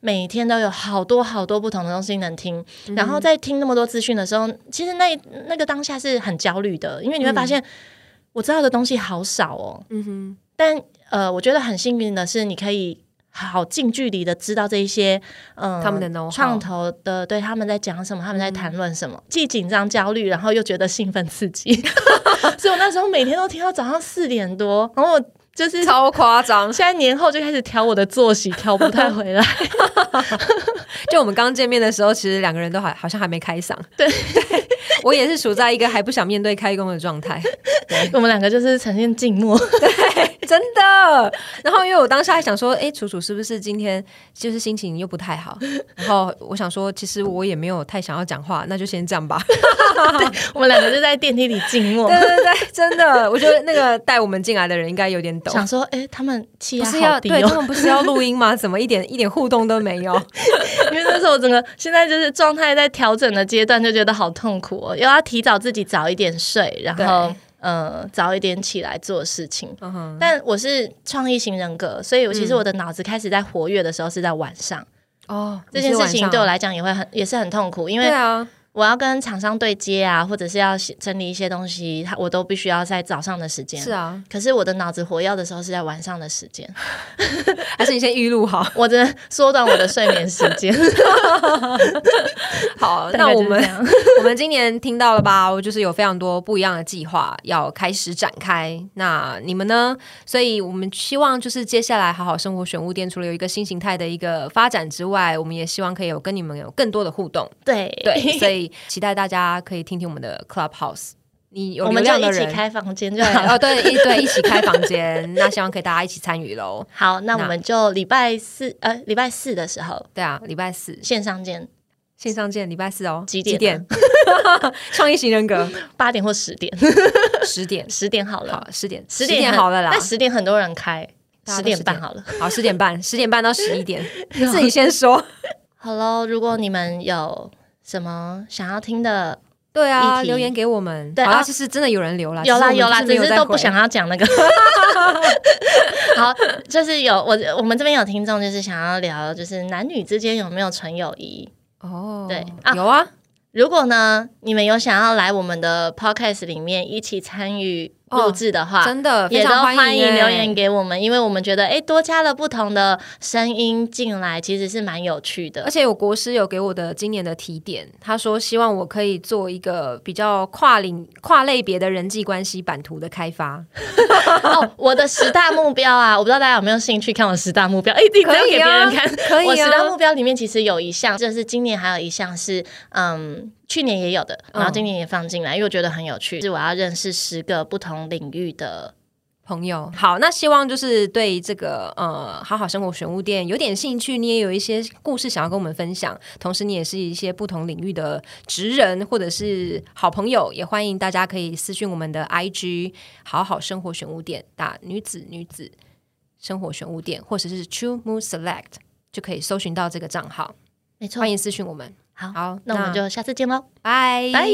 B: 每天都有好多好多不同的东西能听，然后在听那么多资讯的时候，其实那那个当下是很焦虑的，因为你会发现、我知道的东西好少哦。
A: 嗯哼，
B: 但呃，我觉得很幸运的是，你可以好近距离的知道这一些嗯、呃
A: 他们的 know-how
B: 创投的对他们在讲什么，他们在谈论什么，既紧张焦虑，然后又觉得兴奋
A: <laughs>
B: 刺激，所以我那时候每天都听到早上四点多，然后我就是
A: 超夸张。
B: 现在年后就开始调我的作息，调不太回
A: <laughs>
B: 来。
A: 就我们刚见面的时候，其实两个人都还好像还没开嗓。对， <laughs> 我也是处在一个还不想面对开工的状
B: <laughs>
A: 态。
B: 我们两个就是呈现静默，
A: 真的。然后因为我当下还想说，哎、楚楚是不是今天就是心情又不太好？然后我想说，其实我也没有太想要讲话，那就先这样吧。 <laughs>
B: 我们两个就在电梯里静默
A: 对，对对， <laughs> 真的，我觉得那个带我们进来的人应该有点抖。
B: 想说，哎、他们气
A: 不
B: 压
A: 是要
B: 好低
A: 对他
B: 哦，
A: 们不是要录音吗？怎么一点一点互动都没有？
B: <laughs> 因为那时候我整个现在就是状态在调整的阶段，就觉得好痛苦哦，又要提早自己早一点睡，然后
A: 对。
B: 呃，早一点起来做事情，
A: 嗯
B: <laughs>
A: 哼，
B: 但我是创意型人格，所以我其实我的脑子开始在活跃的时候是在晚上。
A: 哦，
B: 这件事情对我
A: 来，
B: 来讲也会很也是很痛苦，因
A: 对
B: 为
A: 啊，
B: 我要跟厂商对接啊，或者是要写整理一些东西，它我都必须要在早上的时间。
A: 是啊，
B: 可是我的脑子活跃的时候是在晚上的时间，
A: 还是你先预录好。
B: 我只能缩短我的睡眠时
A: <laughs>
B: 间。
A: 好，
B: <laughs> 大
A: 那
B: 概就
A: 我
B: 是
A: 们
B: 这样 <laughs>
A: 我们今年听到了吧？我就是有非常多不一样的计划要开始展开。那你们呢？所以我们希望就是接下来好好生活选物店，除了有一个新形态的一个发展之外，我们也希望可以有跟你们有更多的互动。
B: 对
A: 对，所以期待大家可以听听我们的 Clubhouse。你有
B: 我
A: 流
B: 们就
A: 量的
B: 一起
A: 人。
B: 开房
A: <laughs>
B: 间就
A: 对
B: 好了。
A: 哦，对一
B: <laughs>
A: 对一起开房间，那希望可以大家一起参与喽。
B: 好，那
A: 那
B: 我们就礼拜四呃礼拜四的时候
A: 对啊，礼拜四
B: 线上见，
A: 线上见，礼拜四哦，
B: 几点啊 <laughs>
A: 创意型人格
B: 八点或十点， <laughs>
A: 十点，
B: 十点好了，
A: 好十点
B: 十
A: 点
B: 很
A: 好了啦
B: 但，十点很多人开，
A: 大家都
B: 十点半
A: 10
B: 好了。
A: 好，十点
B: <laughs>
A: 半，十点半到十一点，自己先说。
B: 好喽，如果你们有什么想要听的，
A: 对啊，
B: 议题
A: 留言给我们。
B: 对
A: 好啦，
B: 啊
A: 其实真的有人留啦，
B: 有啦
A: 只是
B: 有
A: 我们就
B: 啦，
A: 是没
B: 只
A: 有
B: 是
A: 在
B: 都不
A: 回
B: 想要讲
A: <laughs>
B: 那个。 <laughs> 好，就是有我我们这边有听众，就是想要聊，就是男女之间有没有纯友谊？
A: 哦，
B: 对啊
A: 有啊，
B: 如果呢，你们有想要来我们的 podcast 里面一起参与录制的话，
A: 哦真的
B: 啊也
A: 非
B: 都
A: 常
B: 欢
A: 迎
B: 迎
A: 欸
B: 留言。给我们，因为我们觉得，哎，多加了不同的声音进来，其实是蛮有趣
A: 而 <laughs>
B: 的。
A: 且我国师有给我的今年的提点，他说希望我可以做一个比较跨领跨类别的人际关系版图的开
B: <laughs>
A: 发，
B: 哦，我的十大目标啊， <laughs> 我不知道大家有没有兴趣看我十大目标？哎，你不要
A: 可
B: 给
A: 以
B: 别
A: 啊
B: 人看，
A: 可以
B: 我十大目
A: 啊，
B: 标里面其实有一项，就是今年还有一项是，嗯，去年也有
A: 嗯
B: 的，然后今年也放进来，因为我觉得很有趣，是我要认识十个不同领域的
A: 朋友，好，那希望就是对这个呃好好生活玄物店有点兴趣，你也有一些故事想要跟我们分享，同时你也是一些不同领域的职人或者是好朋友，也欢迎大家可以私讯我们的 IG 好好生活玄物店，打女子女子生活玄物店，或者是 True Moon Select 就可以搜寻到这个账号，
B: 没错
A: 欢，迎私讯我们。
B: 好，
A: 好，
B: 那我们就下次见喽，
A: 拜
B: 拜。